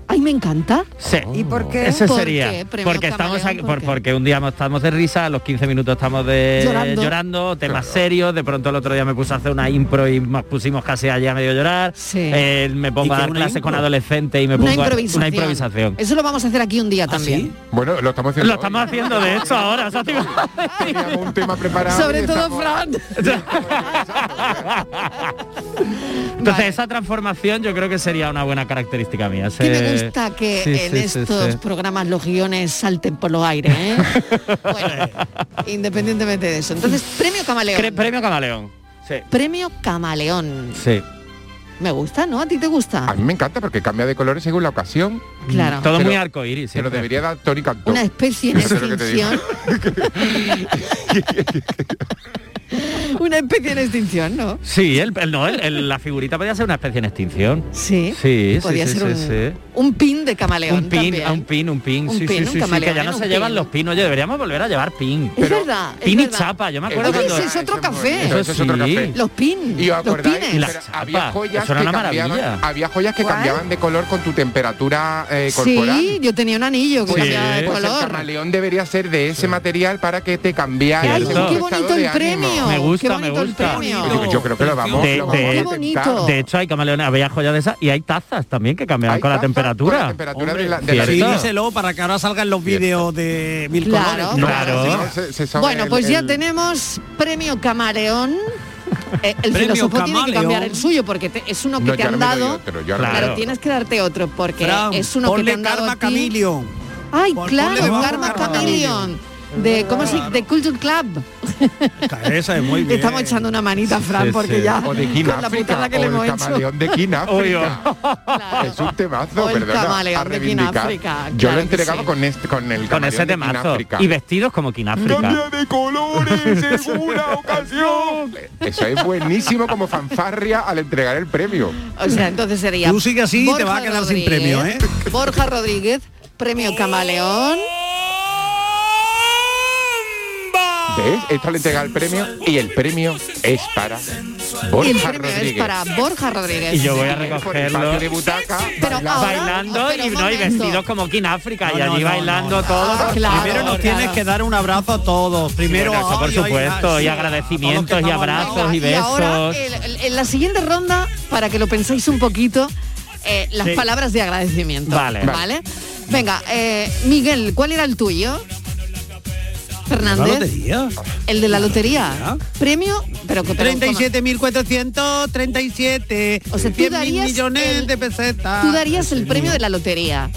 Speaker 9: Ay, me encanta.
Speaker 13: Sí.
Speaker 12: ¿Y por qué?
Speaker 13: Oh. Ese
Speaker 9: ¿Por qué?
Speaker 13: sería.
Speaker 9: ¿Premio
Speaker 13: Porque estamos
Speaker 9: Camaleón?
Speaker 13: aquí-
Speaker 9: ¿Por
Speaker 13: por-
Speaker 9: qué?
Speaker 13: porque un día estamos de risa, a los 15 minutos estamos de
Speaker 9: Llorando.
Speaker 13: temas serios, de pronto el otro día me puse a hacer una impro y nos pusimos casi allá a medio llorar.
Speaker 9: Sí.
Speaker 13: Eh, me
Speaker 14: ¿Y qué
Speaker 13: pongo a dar
Speaker 14: una
Speaker 13: clases
Speaker 14: impro?
Speaker 13: con adolescentes y me
Speaker 9: Una
Speaker 13: pongo a-
Speaker 9: improvisación.
Speaker 13: una improvisación. ¿Ah,
Speaker 9: Eso lo vamos a hacer aquí un día también.
Speaker 10: Bueno, lo estamos haciendo.
Speaker 13: Lo estamos haciendo de hecho ahora, eso te iba a
Speaker 10: hoy. Teníamos un tema preparado.
Speaker 9: Sobre
Speaker 10: y
Speaker 9: todo
Speaker 10: estamos-
Speaker 9: Fran.
Speaker 13: Entonces
Speaker 9: Vale.
Speaker 13: esa transformación yo creo que sería una buena característica mía.
Speaker 9: Que me
Speaker 13: Ese-
Speaker 9: gusta que
Speaker 13: Eh, Sí,
Speaker 9: en
Speaker 13: sí, sí,
Speaker 9: estos
Speaker 13: sí.
Speaker 9: programas los guiones salten por los aires, ¿eh? bueno, independientemente de eso. Entonces, premio camaleón.
Speaker 13: Cre- Premio Camaleón. Sí.
Speaker 9: premio camaleón.
Speaker 13: Sí.
Speaker 9: Me gusta, ¿no? ¿A ti te
Speaker 10: A
Speaker 9: gusta?
Speaker 10: mí me encanta porque cambia de colores según la ocasión.
Speaker 9: Claro.
Speaker 13: Todo
Speaker 10: Pero-
Speaker 13: muy arcoíris.
Speaker 10: Se lo
Speaker 13: siempre.
Speaker 10: debería dar Tony Cantó.
Speaker 9: Una especie en
Speaker 10: Eso es lo que te digo.
Speaker 9: extinción. Una especie en extinción, ¿no?
Speaker 13: Sí, el, el- no, el- el- la figurita podía ser una especie en extinción.
Speaker 9: Sí.
Speaker 13: Sí, sí,
Speaker 9: Podía
Speaker 13: sí,
Speaker 9: ser
Speaker 13: sí,
Speaker 9: un,
Speaker 13: sí.
Speaker 9: un pin de camaleón
Speaker 13: Un pin,
Speaker 9: también.
Speaker 13: ah, un pin, un pin,
Speaker 9: Un
Speaker 13: sí,
Speaker 9: pin,
Speaker 13: sí,
Speaker 9: un
Speaker 13: sí, sí, que ya
Speaker 9: camaleón,
Speaker 13: no
Speaker 9: un
Speaker 13: se llevan
Speaker 9: pin.
Speaker 13: los pinos, oye, deberíamos volver a llevar pin.
Speaker 9: Es verdad. es
Speaker 13: pin y
Speaker 9: verdad.
Speaker 13: chapa, yo me acuerdo
Speaker 9: Oye,
Speaker 13: cuando-
Speaker 9: ese es otro café.
Speaker 13: Eso Eso es otro sí. café.
Speaker 9: Los pin.
Speaker 10: ¿Y os
Speaker 9: los
Speaker 10: acordáis?
Speaker 9: pines.
Speaker 10: Pero había
Speaker 13: chapas,
Speaker 10: joyas,
Speaker 13: eso era
Speaker 10: que
Speaker 13: una
Speaker 10: cambiaban,
Speaker 13: maravilla.
Speaker 10: había joyas que
Speaker 9: ¿Cuál?
Speaker 10: cambiaban de color con tu temperatura eh, corporal.
Speaker 9: Sí, yo tenía un anillo que
Speaker 10: Pues,
Speaker 9: cambiaba de
Speaker 10: pues el
Speaker 9: color.
Speaker 10: camaleón debería ser de ese material para que te cambiara.
Speaker 9: Ay,
Speaker 10: según
Speaker 9: qué
Speaker 10: tu estado
Speaker 9: bonito el
Speaker 10: de ánimo.
Speaker 9: premio.
Speaker 13: Me gusta,
Speaker 9: qué
Speaker 13: me
Speaker 9: bonito el
Speaker 13: gusta.
Speaker 9: premio.
Speaker 10: Yo, yo creo que lo vamos,
Speaker 13: De,
Speaker 10: lo vamos
Speaker 13: de-
Speaker 10: a intentar.
Speaker 13: de hecho hay camaleones, había joyas de esas y hay tazas también que cambiaban con la temperatura.
Speaker 10: temperatura
Speaker 14: Hombre,
Speaker 10: de la- de la-
Speaker 14: sí,
Speaker 13: Cierto.
Speaker 14: díselo para que ahora salgan los vídeos de mil
Speaker 9: Claro,
Speaker 14: colores.
Speaker 13: claro.
Speaker 14: Sí,
Speaker 10: no, se- se sabe
Speaker 9: Bueno,
Speaker 10: el-
Speaker 9: pues ya
Speaker 10: el-
Speaker 9: tenemos premio camaleón. Eh, el
Speaker 10: Premio
Speaker 9: filósofo tiene que
Speaker 10: camaleón.
Speaker 9: cambiar el suyo porque te- es uno que
Speaker 10: No,
Speaker 9: te
Speaker 10: yo
Speaker 9: han
Speaker 10: ahora me doy
Speaker 9: dado.
Speaker 10: otro, yo
Speaker 9: claro,
Speaker 10: ahora me doy
Speaker 9: tienes que darte otro porque
Speaker 14: Fran,
Speaker 9: es uno que te
Speaker 14: ponle
Speaker 9: han dado
Speaker 14: Karma
Speaker 9: a ti.
Speaker 14: Chameleon.
Speaker 9: Ay,
Speaker 14: Pon-
Speaker 9: claro,
Speaker 14: ponle Karma
Speaker 9: Karma
Speaker 14: Chameleon.
Speaker 9: Chameleon. De, ¿cómo se De Culture Club.
Speaker 14: Esa es muy
Speaker 9: Te
Speaker 14: bien.
Speaker 9: estamos echando una manita, Fran,
Speaker 14: Sí,
Speaker 9: porque
Speaker 14: sí.
Speaker 9: ya
Speaker 14: O de
Speaker 9: con
Speaker 14: King
Speaker 9: la
Speaker 14: África,
Speaker 9: putada que
Speaker 14: o
Speaker 9: le
Speaker 14: el
Speaker 9: hemos hecho.
Speaker 10: camaleón de King África. Es un temazo,
Speaker 9: O el
Speaker 10: perdona,
Speaker 9: camaleón
Speaker 10: a
Speaker 9: de King
Speaker 10: reivindicar.
Speaker 9: África,
Speaker 10: Yo lo
Speaker 9: claro que
Speaker 10: entregaba
Speaker 9: sí.
Speaker 10: con, este, con el
Speaker 13: Con
Speaker 10: camaleón
Speaker 13: ese
Speaker 10: de King
Speaker 13: temazo.
Speaker 10: África.
Speaker 13: Y vestidos como Kináfrica.
Speaker 10: de colores en una ocasión. Eso es buenísimo como fanfarria al entregar el premio.
Speaker 9: O sea, entonces sería.
Speaker 10: Tú sigue así y te
Speaker 9: Borja
Speaker 10: vas a quedar sin
Speaker 9: Rodríguez,
Speaker 10: premio, ¿eh?
Speaker 9: Borja Rodríguez, premio camaleón.
Speaker 10: ¿Ves? Esto le entrega el premio y el premio es para Borja
Speaker 9: y el premio
Speaker 10: Rodríguez.
Speaker 9: es para Borja Rodríguez.
Speaker 13: Y yo voy a
Speaker 10: Por el patio
Speaker 13: recogerlo.
Speaker 10: de butaca.
Speaker 13: bailando y, no, y vestidos como King África y allí bailando todo.
Speaker 14: Primero nos tienes que dar un abrazo a todos. Primero,
Speaker 13: Primero, eso, por
Speaker 14: ay, ay,
Speaker 13: supuesto,
Speaker 14: ay,
Speaker 13: y
Speaker 14: sí.
Speaker 13: agradecimientos y abrazos y
Speaker 9: Y ahora,
Speaker 13: besos.
Speaker 14: eh,
Speaker 9: el- el- en la siguiente ronda, para que lo penséis un poquito, eh, las
Speaker 13: Sí.
Speaker 9: palabras de agradecimiento.
Speaker 13: Vale.
Speaker 9: ¿vale? Venga, eh, Miguel, ¿cuál era el tuyo?
Speaker 14: La
Speaker 9: Fernández,
Speaker 14: lotería.
Speaker 9: el de la lotería. Premio, pero que pero,
Speaker 14: 37.437.
Speaker 9: O sea, tú
Speaker 14: 100.000
Speaker 9: darías
Speaker 14: millones
Speaker 9: el-
Speaker 14: de pesetas.
Speaker 9: Tú darías el premio de la lotería.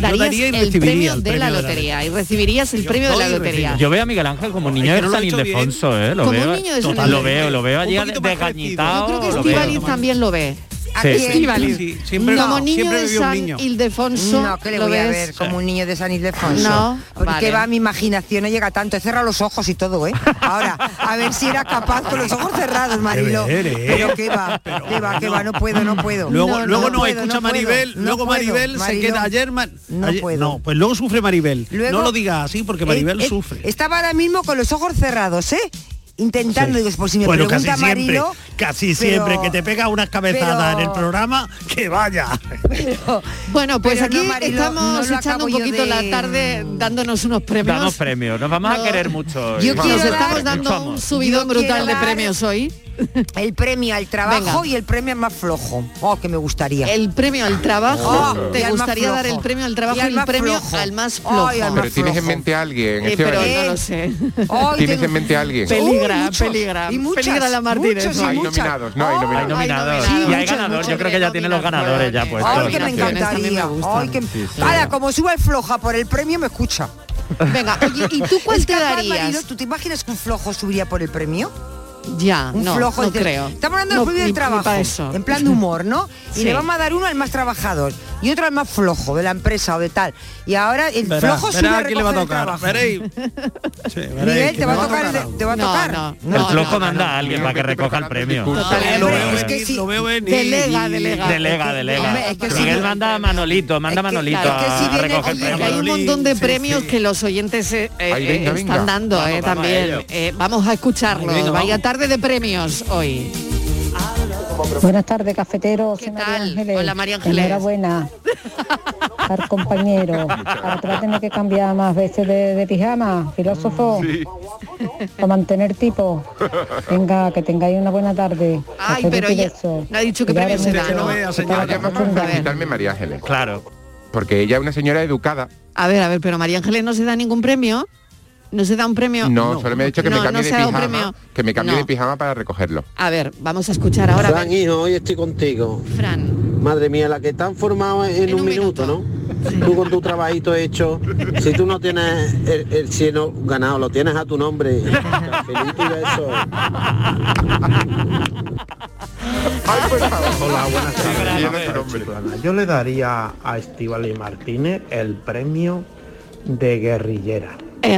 Speaker 9: Darías
Speaker 14: daría y
Speaker 9: el
Speaker 14: recibiría
Speaker 9: premio
Speaker 14: el
Speaker 9: de la
Speaker 13: premio de la
Speaker 9: lotería y recibirías el premio de la lotería.
Speaker 13: Yo veo a Miguel Ángel como un niño
Speaker 14: que
Speaker 13: de
Speaker 14: no lo ha
Speaker 13: San
Speaker 14: hecho bien.
Speaker 13: Ildefonso, ¿eh? Lo
Speaker 14: Como un
Speaker 13: veo,
Speaker 14: niño de San Ildefonso.
Speaker 13: lo veo, lo veo allí
Speaker 14: Un poquito más
Speaker 13: desgañitado.
Speaker 14: crecido. Yo creo que
Speaker 13: lo veo.
Speaker 9: Estivaliz también lo ve.
Speaker 13: Sí.
Speaker 9: Estíbaliz.
Speaker 14: Sí, siempre-
Speaker 9: como niño
Speaker 14: siempre
Speaker 9: de
Speaker 14: vivió un
Speaker 9: San
Speaker 14: niño.
Speaker 9: Ildefonso.
Speaker 12: No, que le
Speaker 9: ¿lo
Speaker 12: voy a
Speaker 9: ves?
Speaker 12: ver como un niño de San Ildefonso.
Speaker 9: No,
Speaker 12: porque
Speaker 9: vale.
Speaker 12: va mi imaginación, no llega tanto. He cerrado los ojos y todo, ¿eh? Ahora, a ver si era capaz con los ojos cerrados, Marilo.
Speaker 14: ver, ¿eh?
Speaker 12: Pero qué va, qué
Speaker 14: Ah,
Speaker 12: va, qué va, no puedo, no puedo.
Speaker 14: Luego, luego no,
Speaker 12: puedo,
Speaker 14: escucha
Speaker 12: no puedo,
Speaker 14: Maribel,
Speaker 12: no
Speaker 14: luego
Speaker 12: puedo,
Speaker 14: Maribel se
Speaker 12: Marilo.
Speaker 14: queda ayer, Ma-
Speaker 12: No
Speaker 14: ayer-
Speaker 12: puedo.
Speaker 14: no, pues luego sufre Maribel.
Speaker 12: Luego-
Speaker 14: no lo digas así porque Maribel
Speaker 12: Eh, eh,
Speaker 14: sufre.
Speaker 12: Estaba ahora mismo con los ojos cerrados, ¿eh? Intentando, digo, por si me
Speaker 14: bueno, casi
Speaker 12: pregunta
Speaker 14: siempre,
Speaker 12: Marilo,
Speaker 14: casi
Speaker 12: pero-
Speaker 14: siempre que te pega unas cabezadas
Speaker 12: pero-
Speaker 14: en el programa, que vaya.
Speaker 9: Bueno, pues
Speaker 12: Pero
Speaker 9: aquí
Speaker 12: no, Marilo, no
Speaker 9: estamos
Speaker 12: lo
Speaker 9: echando
Speaker 12: acabo
Speaker 9: un
Speaker 12: yo
Speaker 9: poquito
Speaker 12: de-
Speaker 9: la tarde dándonos unos premios.
Speaker 13: Damos premios, nos vamos
Speaker 9: No.
Speaker 13: a querer mucho. hoy.
Speaker 9: Yo
Speaker 13: Vamos,
Speaker 9: quiero
Speaker 13: nos
Speaker 9: dar-
Speaker 13: estamos
Speaker 9: dando
Speaker 13: vamos.
Speaker 9: un subidón
Speaker 12: Yo quiero
Speaker 9: brutal de
Speaker 12: dar-
Speaker 9: premios hoy.
Speaker 12: el premio al trabajo
Speaker 9: Venga.
Speaker 12: y el premio al más flojo. Oh, que me gustaría.
Speaker 9: El premio al trabajo.
Speaker 12: Oh, y
Speaker 9: ¿Te
Speaker 12: al más
Speaker 9: gustaría dar el
Speaker 12: flojo.
Speaker 9: premio al
Speaker 12: Y
Speaker 9: trabajo y
Speaker 12: al
Speaker 9: el
Speaker 12: más
Speaker 9: premio
Speaker 12: flojo.
Speaker 9: al más flojo?
Speaker 12: Ay, al
Speaker 10: Pero tienes en mente a alguien.
Speaker 9: Eh,
Speaker 10: Estíbaliz.
Speaker 9: pero no lo sé.
Speaker 12: Ay,
Speaker 10: Tienes
Speaker 12: tengo-
Speaker 10: en mente a alguien.
Speaker 9: Peligra,
Speaker 12: Uy, muchos,
Speaker 9: peligra.
Speaker 12: y muchas,
Speaker 9: peligra la Martínez.
Speaker 12: muchos y
Speaker 9: hoy.
Speaker 10: Hay
Speaker 12: muchas.
Speaker 10: nominados, no, hay
Speaker 13: Hay
Speaker 10: nominados.
Speaker 13: nominados.
Speaker 12: Sí,
Speaker 13: y hay
Speaker 12: muchos,
Speaker 13: ganadores, yo creo que ya tiene los ganadores ya pues, puestos.
Speaker 12: Ay, que me
Speaker 9: Nominaciones también me
Speaker 12: encantaría.
Speaker 9: gustan.
Speaker 12: Ay, que...
Speaker 13: Sí, sí.
Speaker 12: Ahora, como suba el floja por el premio, me escucha.
Speaker 9: Venga, oye, ¿y tú cuál
Speaker 12: Es
Speaker 9: te
Speaker 12: capaz,
Speaker 9: darías?
Speaker 12: Marilo, ¿Tú te imaginas que un flojo subiría por el premio?
Speaker 9: Ya,
Speaker 12: Un
Speaker 9: Ah, no,
Speaker 12: flojo
Speaker 9: no
Speaker 12: de-
Speaker 9: creo.
Speaker 12: Estamos hablando del
Speaker 9: No,
Speaker 12: premio
Speaker 9: ni-
Speaker 12: del
Speaker 9: ni
Speaker 12: trabajo.
Speaker 9: pa' eso.
Speaker 12: En plan de humor, ¿no? Y
Speaker 9: Sí.
Speaker 12: le vamos a dar uno al más trabajador y otro al más flojo de la empresa o de tal. Y ahora el
Speaker 14: Verá,
Speaker 12: flojo sube
Speaker 14: verá
Speaker 12: a
Speaker 14: quién le va a
Speaker 12: recoger el
Speaker 14: tocar.
Speaker 12: trabajo.
Speaker 14: Veréis. Sí, veréis
Speaker 12: Miguel,
Speaker 14: que
Speaker 12: te va a tocar, el- te va a
Speaker 9: No,
Speaker 12: tocar.
Speaker 9: no,
Speaker 13: el flojo manda a alguien para que recoja el premio.
Speaker 12: Total,
Speaker 14: Lo
Speaker 12: hombre,
Speaker 14: veo
Speaker 12: es que
Speaker 14: venir,
Speaker 12: sí.
Speaker 14: lo veo venir.
Speaker 9: Delega, delega.
Speaker 13: Delega, delega.
Speaker 12: Hombre, es que si
Speaker 13: Miguel
Speaker 12: no-
Speaker 13: manda a Manolito, manda a Manolito
Speaker 12: claro, es que si
Speaker 13: a
Speaker 12: viene-
Speaker 13: recoger
Speaker 12: oye,
Speaker 9: Que hay
Speaker 13: premio.
Speaker 9: un montón de premios que los oyentes eh, eh,
Speaker 13: Ay, venga,
Speaker 9: eh,
Speaker 13: venga.
Speaker 9: están dando
Speaker 13: Vamos,
Speaker 9: eh,
Speaker 13: vamos a
Speaker 9: también.
Speaker 13: ello.
Speaker 9: Eh, vamos a escucharlo.
Speaker 13: Ay, venga,
Speaker 9: Vaya
Speaker 13: vamos.
Speaker 9: tarde de premios hoy.
Speaker 15: Buenas tardes, cafeteros. ¿Qué María
Speaker 9: tal?
Speaker 15: Ángeles.
Speaker 9: Hola, María Ángeles.
Speaker 15: Enhorabuena al compañero. Ahora te va a tener que cambiar más veces de, de pijama, filósofo, para mantener tipo. Venga, que tengáis una buena tarde.
Speaker 9: Ay,
Speaker 15: Cafelito
Speaker 9: pero
Speaker 15: y
Speaker 9: ya-
Speaker 15: besos.
Speaker 9: no ha dicho qué
Speaker 15: Cuidado
Speaker 9: premio se
Speaker 15: mucho,
Speaker 9: da, ¿no? Ah,
Speaker 15: que te
Speaker 10: Ahora
Speaker 15: hagas
Speaker 10: vamos a
Speaker 15: acostumbrada.
Speaker 10: felicitarme María Ángeles.
Speaker 13: Claro.
Speaker 10: Porque ella es una señora educada.
Speaker 9: A ver, a ver, pero María Ángeles no se da ningún premio. No se da un premio.
Speaker 10: No, solo me ha dicho que
Speaker 9: no,
Speaker 10: me cambie
Speaker 9: no
Speaker 10: de
Speaker 9: se da un
Speaker 10: pijama.
Speaker 9: premio.
Speaker 10: Que me cambie
Speaker 9: No.
Speaker 10: de pijama para recogerlo.
Speaker 9: A ver, vamos a escuchar ahora.
Speaker 16: Fran, hijo, hoy estoy contigo.
Speaker 9: Fran.
Speaker 16: Madre mía, la que están formados en, un, minuto, ¿no? Tú con tu trabajito hecho, si tú no tienes el, el cielo ganado, lo tienes a tu nombre. Cafelito y besos.
Speaker 17: Hola, buenas tardes. Chiclana. Yo le daría a Estivali Martínez el premio de guerrillera,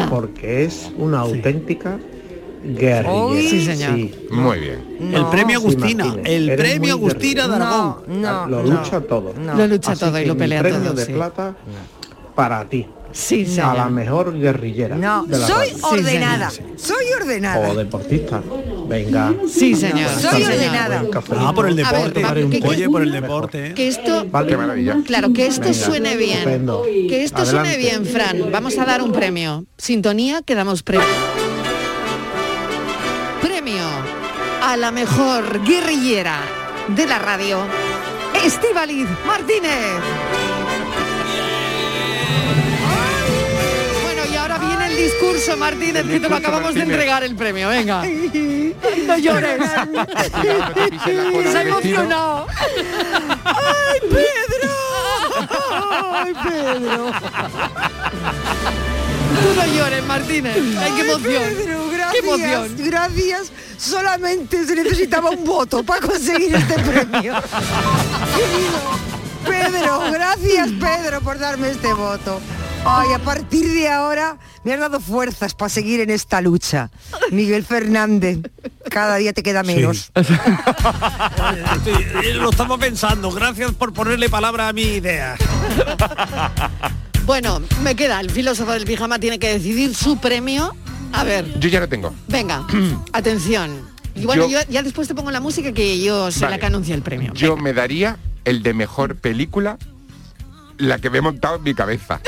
Speaker 17: porque es una auténtica guerrillera.
Speaker 12: Uy. Sí, señor.
Speaker 10: Muy bien.
Speaker 14: el premio Agustina, el
Speaker 17: Eres
Speaker 14: premio
Speaker 17: muy
Speaker 14: Agustina de
Speaker 17: guerrillera.
Speaker 14: Aragón.
Speaker 12: No,
Speaker 17: lo
Speaker 14: no.
Speaker 17: lucha todo.
Speaker 14: No. Lo lucha todo y
Speaker 17: que
Speaker 14: lo
Speaker 17: mi
Speaker 14: pelea
Speaker 17: premio
Speaker 14: todo,
Speaker 17: de
Speaker 14: sí.
Speaker 17: plata para ti.
Speaker 9: Sí,
Speaker 17: A
Speaker 12: señor.
Speaker 17: la mejor guerrillera.
Speaker 12: No,
Speaker 17: de la
Speaker 12: soy
Speaker 17: radio.
Speaker 12: ordenada. Soy
Speaker 17: O
Speaker 12: ordenada.
Speaker 17: deportista. Venga.
Speaker 12: Sí, señor. Soy ordenada.
Speaker 14: Ah, por el
Speaker 9: A ver,
Speaker 14: deporte.
Speaker 9: Paco, ¿qué-
Speaker 14: Oye, por el deporte.
Speaker 9: Que esto,
Speaker 17: Vale.
Speaker 9: claro, que esto
Speaker 14: Venga,
Speaker 9: suene bien.
Speaker 14: estupendo.
Speaker 9: Que esto
Speaker 14: Adelante.
Speaker 9: suene bien, Fran. Vamos a dar un premio. Sintonía, que damos premio. Premio a la mejor guerrillera de la radio, Estivaliz Martínez. Bueno, y ahora viene el discurso, Martínez, que te lo
Speaker 3: discurso,
Speaker 9: acabamos
Speaker 3: Martínez.
Speaker 9: de entregar el premio, venga. No llores.
Speaker 3: cola
Speaker 9: Se ha
Speaker 3: del vestido.
Speaker 9: emocionado.
Speaker 3: ¡Ay, Pedro! ¡Ay, Pedro!
Speaker 9: Tú no llores, Martínez. Ay, qué emoción.
Speaker 12: Pedro,
Speaker 9: qué
Speaker 12: gracias,
Speaker 9: emoción.
Speaker 12: gracias. Solamente se necesitaba un voto para conseguir este premio. Querido Pedro, gracias Pedro por darme este voto. Ay, a partir de ahora me has dado fuerzas para seguir en esta lucha. Miguel Fernández, cada día te queda menos.
Speaker 14: Estoy- eh, lo estamos pensando. Gracias por ponerle palabra a mi idea.
Speaker 9: Bueno, me queda. El filósofo del pijama tiene que decidir su premio. A ver,
Speaker 10: Yo ya lo tengo.
Speaker 9: venga, atención. Y bueno, yo,
Speaker 10: Yo-
Speaker 9: ya después te pongo la música que yo soy
Speaker 10: Vale.
Speaker 9: la que anuncia el premio.
Speaker 10: Yo me daría el de mejor película, la que me he montado en mi cabeza.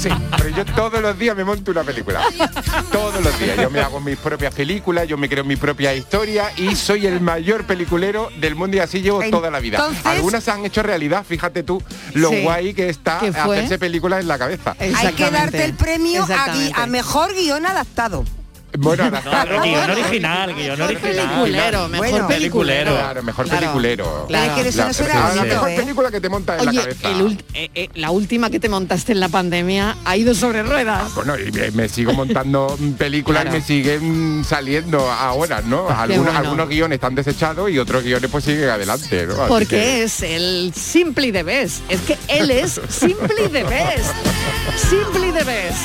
Speaker 10: Sí, pero yo todos los días me monto una película. Todos los días. Yo me hago mis propias películas, yo me creo mi propia historia y soy el mayor peliculero del mundo y así llevo toda la vida.
Speaker 12: Entonces-
Speaker 10: Algunas se han hecho realidad, fíjate tú lo
Speaker 12: Sí.
Speaker 10: guay que está
Speaker 12: ¿Qué fue?
Speaker 10: hacerse películas en la cabeza.
Speaker 12: Hay que darte el premio a, gui-
Speaker 10: Exactamente.
Speaker 12: a mejor guión adaptado.
Speaker 10: Bueno, ahora
Speaker 12: No, pero guión
Speaker 10: original,
Speaker 13: guión
Speaker 12: Mejor original. peliculero, mejor
Speaker 13: peliculero.
Speaker 10: Claro, mejor
Speaker 13: Claro.
Speaker 10: peliculero.
Speaker 13: Claro. Es que eso no será
Speaker 10: Ah, La
Speaker 13: bonito,
Speaker 10: mejor
Speaker 13: ¿eh?
Speaker 10: película que te monta en la
Speaker 9: Oye,
Speaker 10: cabeza.
Speaker 9: el ult- eh, eh, la última que te montaste en la pandemia ha ido sobre ruedas.
Speaker 10: Bueno, Pues y me, me sigo montando mm, películas
Speaker 9: Claro.
Speaker 10: y me siguen saliendo ahora, ¿no? Algunos,
Speaker 9: bueno.
Speaker 10: algunos guiones están desechados y otros guiones pues siguen adelante, ¿no? Así que-
Speaker 9: Porque es el Simply the Best. Es que él es Simply the Best. Simply the Best.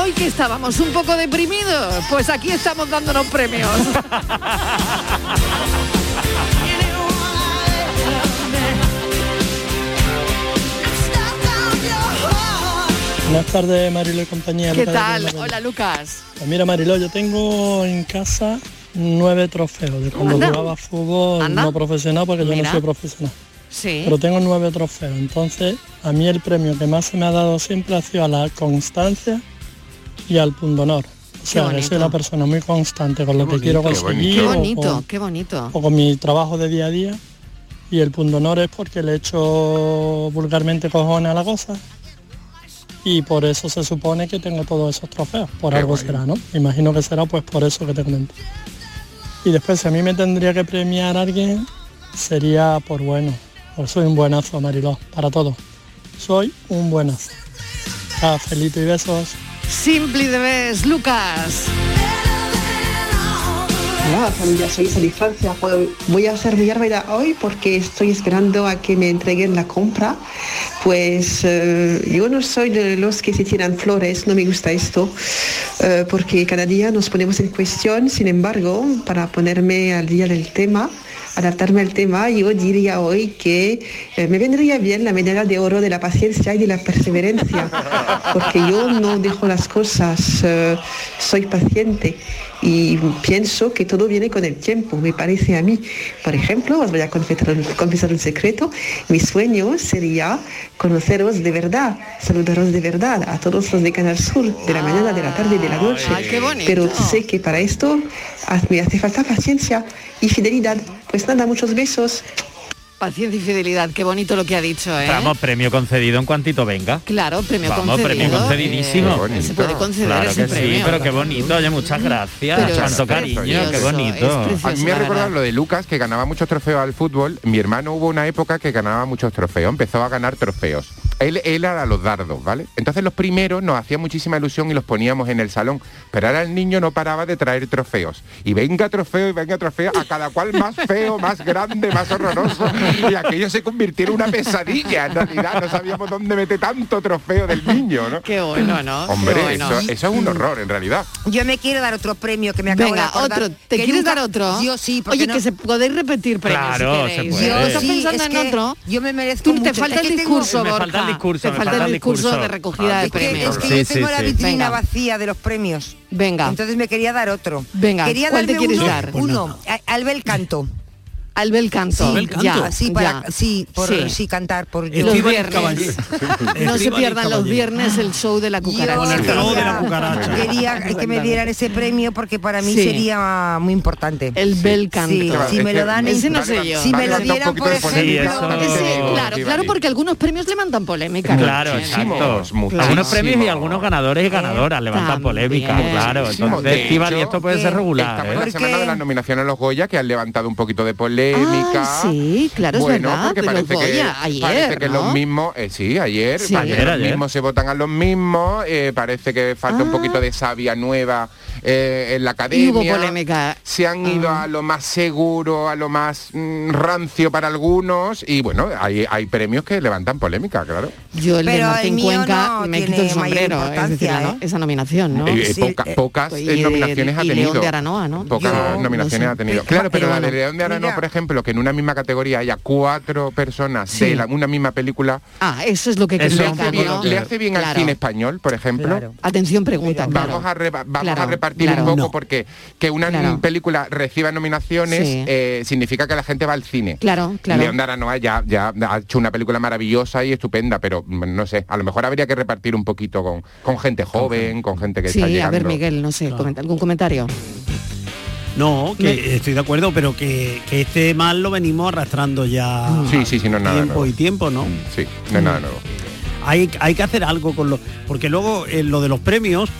Speaker 9: Hoy que estábamos un poco deprimidos, pues aquí estamos dándonos premios.
Speaker 18: Buenas tardes, Marilo y compañía.
Speaker 9: ¿Qué
Speaker 18: Lucas de
Speaker 9: tal?
Speaker 18: Primavera.
Speaker 9: Hola Lucas.
Speaker 18: Pues mira, Marilo, yo tengo en casa nueve trofeos de cuando
Speaker 9: Anda.
Speaker 18: jugaba fútbol
Speaker 9: Anda.
Speaker 18: no profesional, porque yo
Speaker 9: Mira.
Speaker 18: no soy profesional.
Speaker 9: Sí.
Speaker 18: Pero tengo nueve trofeos. Entonces, a mí el premio que más se me ha dado siempre ha sido a la constancia y al pundonor. O sea, que soy una persona muy constante con lo que quiero conseguir.
Speaker 9: Qué
Speaker 18: o
Speaker 9: bonito,
Speaker 18: con-
Speaker 9: qué bonito.
Speaker 18: o con mi trabajo de día a día. Y el punto honor es porque le echo vulgarmente cojones a la cosa. Y por eso se supone que tengo todos esos trofeos. Por
Speaker 19: Qué
Speaker 18: algo
Speaker 19: guay.
Speaker 18: será, ¿no? Imagino que será pues por eso que te comento. Y después, si a mí me tendría que premiar a alguien, sería por bueno. Por soy un buenazo, Mariló, para todo. Soy un buenazo. Cafelito y besos.
Speaker 9: Simply the Best, Lucas.
Speaker 20: Hola familia, soy Isabel Francia. Pues voy a hacer Villarreal hoy porque estoy esperando a que me entreguen la compra. Pues eh, yo no soy de los que se tiran flores, no me gusta esto, eh, porque cada día nos ponemos en cuestión. Sin embargo, para ponerme al día del tema, adaptarme al tema, yo diría hoy que eh, me vendría bien la medalla de oro de la paciencia y de la perseverancia, porque yo no dejo las cosas, eh, soy paciente y pienso que todo viene con el tiempo, me parece a mí. Por ejemplo, os voy a confesar, un- confesar un secreto, mi sueño sería conoceros de verdad, saludaros de verdad a todos los de Canal Sur, de la mañana, de la tarde y de la noche.
Speaker 9: Ay, qué bonito.
Speaker 20: Pero sé que para esto ha- me hace falta paciencia y fidelidad. Pues nada, muchos besos.
Speaker 9: Paciencia y fidelidad, qué bonito lo que ha dicho, ¿eh?
Speaker 13: Vamos, premio concedido en cuantito venga.
Speaker 9: Claro, premio
Speaker 13: Vamos,
Speaker 9: concedido.
Speaker 13: premio
Speaker 9: eh,
Speaker 13: concedidísimo.
Speaker 9: se puede conceder
Speaker 13: claro
Speaker 9: ese
Speaker 13: que
Speaker 9: premio.
Speaker 13: sí, pero qué bonito, oye, muchas gracias,
Speaker 10: Pero
Speaker 13: tanto
Speaker 10: es
Speaker 13: cariño,
Speaker 10: precioso,
Speaker 13: qué bonito.
Speaker 10: A mí me ha recordado lo de Lucas, que ganaba muchos trofeos al fútbol. Mi hermano hubo una época que ganaba muchos trofeos, empezó a ganar trofeos. Él, él era los dardos, ¿vale? Entonces los primeros nos hacía muchísima ilusión y los poníamos en el salón, pero ahora el niño no paraba de traer trofeos. Y venga trofeo y venga trofeo, a cada cual más feo, más grande, más horroroso. y aquello se convirtió en una pesadilla. En realidad no sabíamos dónde mete tanto trofeo del niño, ¿no?
Speaker 9: Qué bueno, ¿no?
Speaker 10: Hombre,
Speaker 9: Qué bueno.
Speaker 10: eso, eso es un horror en realidad.
Speaker 12: Yo me quiero dar otro premio que me acabo
Speaker 9: Venga,
Speaker 12: de acordar.
Speaker 9: otro. ¿Te
Speaker 12: que
Speaker 9: quieres
Speaker 12: nunca-
Speaker 9: dar otro?
Speaker 12: Yo sí, porque
Speaker 9: Oye,
Speaker 12: no-
Speaker 9: que se podéis repetir premios
Speaker 13: Claro,
Speaker 9: si
Speaker 13: se
Speaker 9: queréis.
Speaker 13: puede. Yo
Speaker 9: Estás
Speaker 12: sí,
Speaker 9: pensando
Speaker 12: es
Speaker 9: en
Speaker 12: que
Speaker 9: otro.
Speaker 12: Yo me merezco
Speaker 9: Tú te
Speaker 12: mucho.
Speaker 9: falta
Speaker 12: Es
Speaker 9: el
Speaker 12: que tengo-
Speaker 9: discurso,
Speaker 13: Me falta el
Speaker 9: Borja.
Speaker 13: discurso,
Speaker 9: Te
Speaker 13: me
Speaker 9: falta
Speaker 13: falta
Speaker 9: el
Speaker 13: el
Speaker 9: discurso
Speaker 13: discurso.
Speaker 9: de recogida
Speaker 13: Ah,
Speaker 9: de
Speaker 12: Es que,
Speaker 9: premios.
Speaker 12: es que yo tengo la vitrina
Speaker 9: Venga.
Speaker 12: vacía de los premios.
Speaker 9: Venga.
Speaker 12: Entonces me quería dar otro.
Speaker 9: Venga,
Speaker 12: quería
Speaker 9: ¿cuál te
Speaker 12: darme
Speaker 9: quieres
Speaker 12: uno,
Speaker 9: dar? Pues
Speaker 12: Uno, a- Albel Canto.
Speaker 9: Albel Canto.
Speaker 12: Sí,
Speaker 9: Albel Canto.
Speaker 12: ya, sí, para, sí, por, sí. cantar por
Speaker 9: los viernes. no se pierdan los viernes el show de la cucaracha.
Speaker 12: Yo Quería
Speaker 9: Exactamente.
Speaker 12: que me dieran ese premio porque para mí
Speaker 9: Sí.
Speaker 12: sería muy importante.
Speaker 9: El bel canto.
Speaker 12: Sí, si me lo dan,
Speaker 9: ese no sé yo.
Speaker 12: si me lo dieran, por ejemplo,
Speaker 9: Ese, claro, claro, porque algunos premios levantan polémica. ¿no?
Speaker 13: Claro,
Speaker 9: También.
Speaker 13: exacto.
Speaker 10: muchísimo.
Speaker 13: Algunos premios y algunos ganadores y
Speaker 10: Eh,
Speaker 13: ganadoras levantan polémica, claro.
Speaker 10: Muchísimo.
Speaker 13: Entonces,
Speaker 10: De
Speaker 13: Estíbal,
Speaker 10: hecho,
Speaker 13: y esto puede ser regular.
Speaker 10: Estamos en la
Speaker 13: ¿eh?
Speaker 10: semana de las nominaciones a los Goya que han levantado un poquito de polémica.
Speaker 9: Ah, sí, claro, es
Speaker 10: bueno,
Speaker 9: verdad,
Speaker 10: porque
Speaker 9: de los
Speaker 10: parece que,
Speaker 9: Goya, ayer,
Speaker 10: parece que
Speaker 9: ¿no?
Speaker 10: los mismos, eh, sí, ayer,
Speaker 9: Sí.
Speaker 10: parece que
Speaker 9: Ayer,
Speaker 10: los
Speaker 13: ayer.
Speaker 10: mismos se votan a los mismos, eh, parece que falta un poquito de savia nueva eh, en la academia.
Speaker 9: Y hubo polémica. Ah.
Speaker 10: Se han ido a lo más seguro, a lo más mm, rancio para algunos y bueno, hay, hay premios que levantan polémica, claro.
Speaker 9: Yo el de
Speaker 12: Pero el
Speaker 9: Martín
Speaker 12: mío
Speaker 9: Cuenca
Speaker 12: no
Speaker 9: me quito
Speaker 12: tiene
Speaker 9: el sombrero,
Speaker 12: mayor
Speaker 9: es decir,
Speaker 12: importancia,
Speaker 9: la no- esa nominación, ¿no? pues,
Speaker 10: Eh, eh, poca- pocas
Speaker 9: y
Speaker 10: eh,
Speaker 9: de-
Speaker 10: nominaciones ha
Speaker 9: y
Speaker 10: tenido.
Speaker 9: León de Aranoa, ¿no?
Speaker 10: Pocas
Speaker 9: Yo
Speaker 10: nominaciones ha
Speaker 9: no sé. Pues
Speaker 10: tenido.
Speaker 9: Pe-
Speaker 10: Claro, pero la de
Speaker 9: bueno.
Speaker 10: León de Aranoa, por ejemplo, que en una misma categoría haya cuatro personas de la, una misma película,
Speaker 9: Ah, eso es lo que
Speaker 10: eso
Speaker 9: quería
Speaker 10: le hace bien,
Speaker 9: ¿no?
Speaker 10: le hace bien al
Speaker 9: Claro.
Speaker 10: cine español, por ejemplo.
Speaker 9: Atención, pregunta.
Speaker 10: Vamos,
Speaker 9: claro.
Speaker 10: a, reba- vamos a
Speaker 9: Claro,
Speaker 10: repartir
Speaker 9: claro.
Speaker 10: un poco
Speaker 9: No.
Speaker 10: porque que una
Speaker 9: Claro.
Speaker 10: película reciba nominaciones
Speaker 9: Sí.
Speaker 10: eh, significa que la gente va al cine.
Speaker 9: Claro, claro.
Speaker 10: León de Aranoa ya, ya ha hecho una película maravillosa y estupenda, pero mm, no sé, a lo mejor habría que repartir un poquito con, con gente joven, con gente que está
Speaker 9: Sí,
Speaker 10: llegando.
Speaker 9: a ver, Miguel, no sé, comenta- ¿algún comentario?
Speaker 14: No, que estoy de acuerdo, pero que, que este mal lo venimos arrastrando ya
Speaker 10: Mm. Sí, sí, sí, no es nada
Speaker 14: tiempo
Speaker 10: nuevo. Mm,
Speaker 14: y tiempo, ¿no? Mm.
Speaker 10: Sí, no es nada nuevo.
Speaker 14: Hay, hay que hacer algo con lo... Porque luego en lo de los premios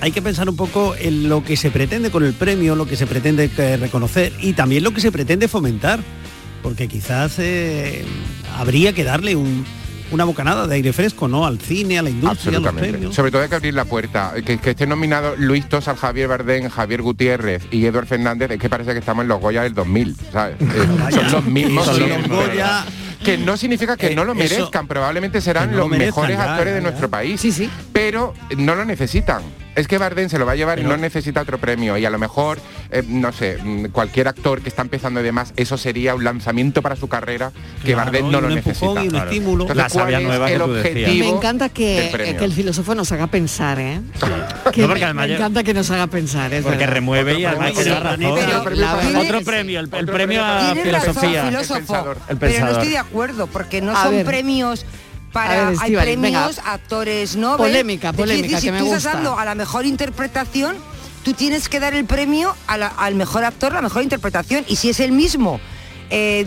Speaker 14: hay que pensar un poco en lo que se pretende con el premio, lo que se pretende eh, reconocer y también lo que se pretende fomentar. Porque quizás eh, habría que darle un- una bocanada de aire fresco, ¿no? Al cine, a la industria, a los
Speaker 10: Absolutamente.
Speaker 14: premios.
Speaker 10: Sobre todo hay que abrir la puerta. Que, que esté nominado Luis Tosar, Javier Bardén, Javier Gutiérrez y Eduard Fernández, es que parece que estamos en los Goya del 2000, ¿sabes? Eh, son los mismos.
Speaker 14: Son los
Speaker 10: siempre.
Speaker 14: mismos, Goya.
Speaker 10: Que no significa que
Speaker 14: Eh,
Speaker 10: no lo
Speaker 14: eso-
Speaker 10: merezcan, probablemente serán
Speaker 14: que no
Speaker 10: los
Speaker 14: lo merezcan,
Speaker 10: mejores
Speaker 14: ya,
Speaker 10: actores
Speaker 14: ya,
Speaker 10: de
Speaker 14: ya.
Speaker 10: nuestro país. Pero no lo necesitan. Es que Bardem se lo va a llevar y no necesita otro premio. Y a lo mejor, eh, no sé, mm, cualquier actor que está empezando y demás, eso sería un lanzamiento para su carrera que
Speaker 14: Claro,
Speaker 10: Bardem
Speaker 14: y
Speaker 10: no
Speaker 14: un
Speaker 10: lo
Speaker 14: empujón
Speaker 10: necesita.
Speaker 14: y un estímulo.
Speaker 10: Entonces,
Speaker 14: La
Speaker 10: ¿cuál
Speaker 14: savia
Speaker 10: es
Speaker 14: nueva que
Speaker 10: el
Speaker 14: tú decías.
Speaker 10: objetivo
Speaker 9: Me encanta que,
Speaker 13: del premio.
Speaker 9: que el filósofo nos haga pensar, ¿eh? Que
Speaker 13: No,
Speaker 9: me,
Speaker 13: porque además
Speaker 9: me
Speaker 13: yo-
Speaker 9: encanta que nos haga pensar, es
Speaker 13: Porque
Speaker 9: verdad.
Speaker 13: remueve y además
Speaker 9: Sí,
Speaker 13: tiene razón.
Speaker 12: pero la verdad
Speaker 13: Otro
Speaker 12: es-
Speaker 13: premio, el, el premio a
Speaker 12: Tienes razón,
Speaker 13: filosofía.
Speaker 12: filósofo,
Speaker 13: El
Speaker 12: Pero no
Speaker 13: pensador.
Speaker 12: estoy de acuerdo porque no
Speaker 9: A
Speaker 12: son
Speaker 9: ver.
Speaker 12: premios para
Speaker 9: A ver,
Speaker 12: hay
Speaker 9: Estíbaliz,
Speaker 12: premios
Speaker 9: venga.
Speaker 12: actores Nobel.
Speaker 9: Polémica,
Speaker 12: Te quiero decir,
Speaker 9: polémica, que
Speaker 12: si
Speaker 9: me
Speaker 12: tú
Speaker 9: gusta.
Speaker 12: estás dando a la mejor interpretación, tú tienes que dar el premio a la- al mejor actor, la mejor interpretación y si es el mismo eh,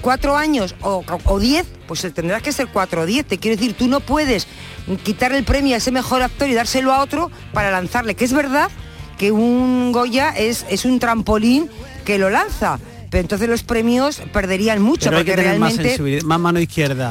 Speaker 12: cuatro años o, o diez, pues tendrás que ser cuatro o diez. Te quiero decir, tú no puedes quitar el premio a ese mejor actor y dárselo a otro para lanzarle, que es verdad que un Goya es, es un trampolín que lo lanza. Pero entonces los premios perderían mucho
Speaker 14: Pero hay
Speaker 12: porque
Speaker 14: que tener más
Speaker 12: realmente Pues
Speaker 14: sensibilidad, más mano izquierda.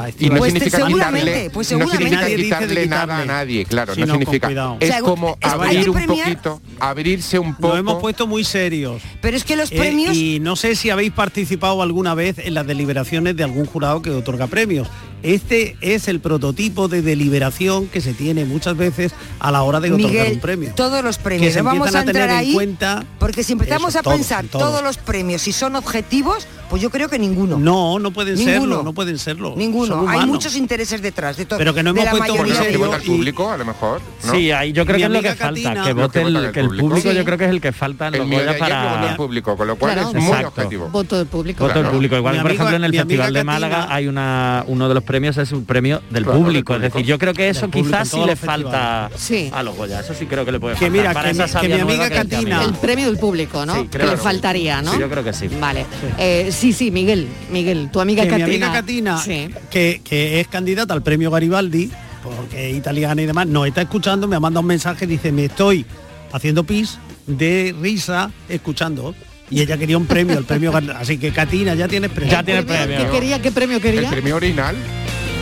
Speaker 10: Y no
Speaker 14: Estíbaliz.
Speaker 10: significa
Speaker 12: seguramente,
Speaker 10: quitarle,
Speaker 12: pues
Speaker 10: no
Speaker 12: seguramente.
Speaker 10: significa
Speaker 14: Nadie dice de
Speaker 10: quitarle nada a
Speaker 14: quitarle,
Speaker 10: nadie, claro,
Speaker 14: sino
Speaker 10: no
Speaker 14: con
Speaker 10: significa.
Speaker 14: cuidado.
Speaker 10: Es
Speaker 14: O sea,
Speaker 10: como
Speaker 14: es- hay que
Speaker 10: abrir un
Speaker 14: premiar-
Speaker 10: poquito, abrirse un
Speaker 14: Nos
Speaker 10: poco.
Speaker 14: hemos puesto muy serios.
Speaker 12: Pero es que los
Speaker 14: Eh,
Speaker 12: premios-
Speaker 14: y no sé si habéis participado alguna vez en las deliberaciones de algún jurado que otorga premios. Este es el prototipo de deliberación que se tiene muchas veces a la hora de otorgar
Speaker 12: Miguel,
Speaker 14: un premio.
Speaker 12: todos los
Speaker 14: Que
Speaker 12: premios.
Speaker 14: se
Speaker 12: no vamos a
Speaker 14: empiezan a
Speaker 12: entrar
Speaker 14: tener en
Speaker 12: ahí
Speaker 14: cuenta
Speaker 12: porque si empezamos
Speaker 14: eso,
Speaker 12: a
Speaker 14: todos,
Speaker 12: pensar
Speaker 14: todos.
Speaker 12: todos. los premios si son objetivos, pues yo creo que ninguno.
Speaker 14: No, no pueden
Speaker 12: Ninguno.
Speaker 14: serlo, no pueden serlo.
Speaker 12: Ninguno.
Speaker 14: Son
Speaker 12: Hay
Speaker 14: humanos.
Speaker 12: muchos intereses detrás de todo.
Speaker 14: Pero que no
Speaker 12: de
Speaker 14: hemos
Speaker 12: la
Speaker 14: puesto
Speaker 10: Bueno,
Speaker 12: mayoría
Speaker 10: que
Speaker 12: de-
Speaker 10: vota el público, a lo mejor. ¿no?
Speaker 13: Sí, ahí yo creo
Speaker 14: Mi
Speaker 13: que es lo
Speaker 14: amiga
Speaker 13: que falta,
Speaker 14: Katina-
Speaker 13: que vote
Speaker 10: Lo que
Speaker 13: el,
Speaker 10: vota
Speaker 13: que el
Speaker 10: el
Speaker 13: público,
Speaker 10: público.
Speaker 13: yo creo que es el que falta en
Speaker 10: El
Speaker 13: los
Speaker 10: mío de
Speaker 13: Goya
Speaker 10: ayer lo votó
Speaker 13: para...
Speaker 10: el público, con lo cual
Speaker 13: Claro.
Speaker 10: es muy
Speaker 13: Exacto.
Speaker 10: objetivo.
Speaker 9: Voto del público.
Speaker 13: Voto del público. Igual,
Speaker 14: Mi
Speaker 13: por
Speaker 14: amiga-
Speaker 13: ejemplo, en el
Speaker 14: mi amiga
Speaker 13: Festival de
Speaker 14: Catina-
Speaker 13: Málaga hay una uno de los premios es un premio del
Speaker 10: Claro, del
Speaker 13: público. Es
Speaker 10: público.
Speaker 13: decir, yo creo que eso
Speaker 14: público, en
Speaker 13: quizás sí
Speaker 14: todos
Speaker 13: le
Speaker 14: los
Speaker 13: falta
Speaker 9: Sí.
Speaker 13: a los Goya. Eso sí creo que le puede
Speaker 14: Que
Speaker 13: faltar.
Speaker 14: mira,
Speaker 13: para
Speaker 14: que
Speaker 13: esa
Speaker 14: mi- que
Speaker 13: savia
Speaker 14: mi
Speaker 13: nueva
Speaker 14: amiga
Speaker 13: que decía
Speaker 14: Catina-
Speaker 9: El
Speaker 13: Miguel.
Speaker 9: premio del público, ¿no?
Speaker 13: Sí,
Speaker 9: que
Speaker 13: claro.
Speaker 9: le faltaría, ¿no?
Speaker 13: Sí, yo creo que sí.
Speaker 9: Vale. Eh, sí, sí, Miguel, Miguel, tu amiga
Speaker 14: que
Speaker 9: Catina.
Speaker 14: mi amiga Catina,
Speaker 9: Sí.
Speaker 14: que, que es candidata al premio Garibaldi, porque es italiana y demás, nos está escuchando, me ha mandado un mensaje, dice, me estoy haciendo pis de risa escuchando. Y ella quería un premio, el premio Gar- Así que Catina, ya tienes premio.
Speaker 13: Ya tienes premio.
Speaker 9: ¿Qué quería? ¿Qué premio quería?
Speaker 10: El premio orinal.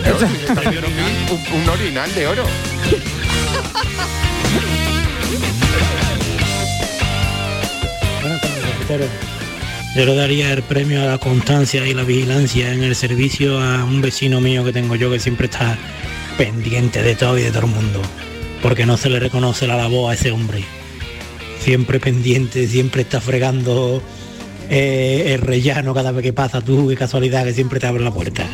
Speaker 10: El premio orinal, un, un orinal de oro.
Speaker 18: Buenas tardes, reportero.
Speaker 19: Yo le daría el premio a la constancia y la vigilancia en el servicio a un vecino mío que tengo yo que siempre está pendiente de todo y de todo el mundo. Porque no se le reconoce la labor a ese hombre. Siempre pendiente, siempre está fregando eh, el rellano cada vez que pasa. Tú, qué casualidad que siempre te abre la puerta.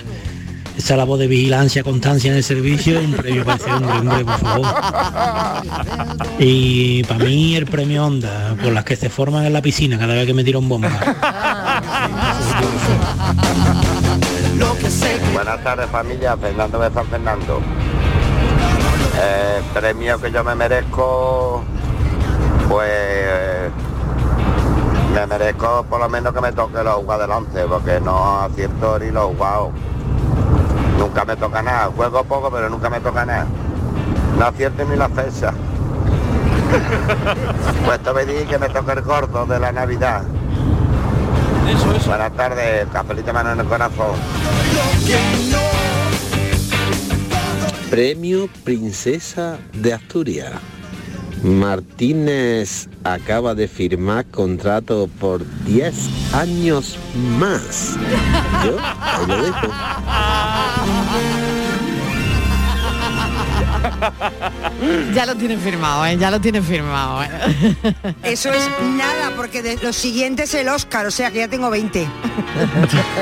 Speaker 19: Esa labor de vigilancia, constancia en el servicio, un premio para ese hombre, hombre, por favor. Y para mí el premio Onda, por las que se forman en la piscina cada vez que me tiran bombas.
Speaker 21: Buenas tardes familia, Fernando de San Fernando. Eh, premio que yo me merezco, pues eh, me merezco por lo menos que me toque los jugados de lance, porque no acierto ni los jugados. Nunca me toca nada, juego poco pero nunca me toca nada. No acierto ni la fecha. Pues te pedí que me toque el gordo de la Navidad. Buenas tardes, cafelito mano en el corazón.
Speaker 22: Premio Princesa de Asturias. Martínez acaba de firmar contrato por 10 años más. Yo ahí lo dejo.
Speaker 9: Ya lo tienen firmado, ¿eh? ya lo tienen firmado. ¿eh?
Speaker 12: Eso es nada, porque de- lo siguiente es el Oscar, o sea que ya tengo 20.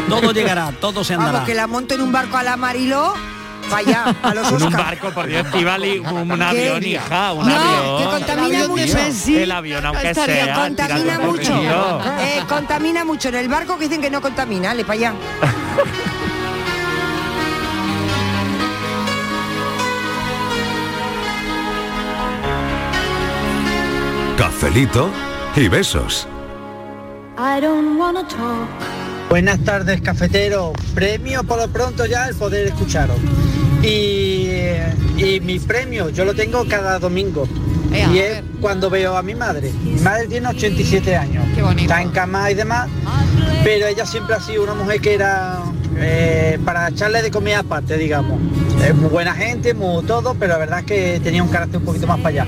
Speaker 23: Todo llegará, todo se andará.
Speaker 12: Vamos, que la monto en un barco al amarillo, vaya, a los
Speaker 23: En
Speaker 12: Oscar.
Speaker 23: un
Speaker 13: barco, por Dios, Estivali, un avión, hija, un
Speaker 12: No,
Speaker 13: avión.
Speaker 12: que contamina
Speaker 13: El avión,
Speaker 12: mucho.
Speaker 13: tío.
Speaker 12: Sí,
Speaker 13: El avión, aunque
Speaker 12: Estaría-
Speaker 13: sea.
Speaker 12: contamina
Speaker 13: tirando
Speaker 12: mucho.
Speaker 13: contenido.
Speaker 12: Eh, contamina mucho. En el barco que dicen que no contamina, le para allá.
Speaker 24: Cafelito y besos.
Speaker 25: Buenas tardes, cafetero. Premio por lo pronto ya el poder escucharos. Y, y mi premio yo lo tengo cada domingo. y es cuando veo a mi madre. Mi madre tiene 87 años. Está en cama y demás. Pero ella siempre ha sido una mujer que era eh, para echarle de comer aparte, digamos. Es muy buena gente, muy todo, pero la verdad es que tenía un carácter un poquito más para allá.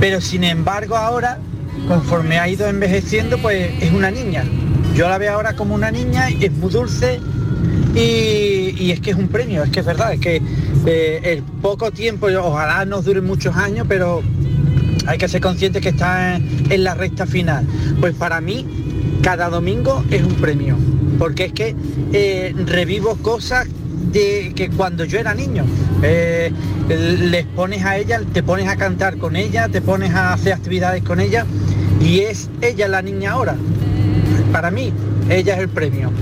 Speaker 25: Pero sin embargo ahora, conforme ha ido envejeciendo, pues es una niña. Yo la veo ahora como una niña y es muy dulce y, y es que es un premio, es que es verdad, es que eh, el poco tiempo, y ojalá nos dure muchos años, pero hay que ser consciente que está en, en la recta final. Pues para mí, cada domingo es un premio, porque es que eh, revivo cosas de que cuando yo era niño, Eh, les pones a ella, te pones a cantar con ella, te pones a hacer actividades con ella, y es ella la niña ahora. Para mí, ella es el premio.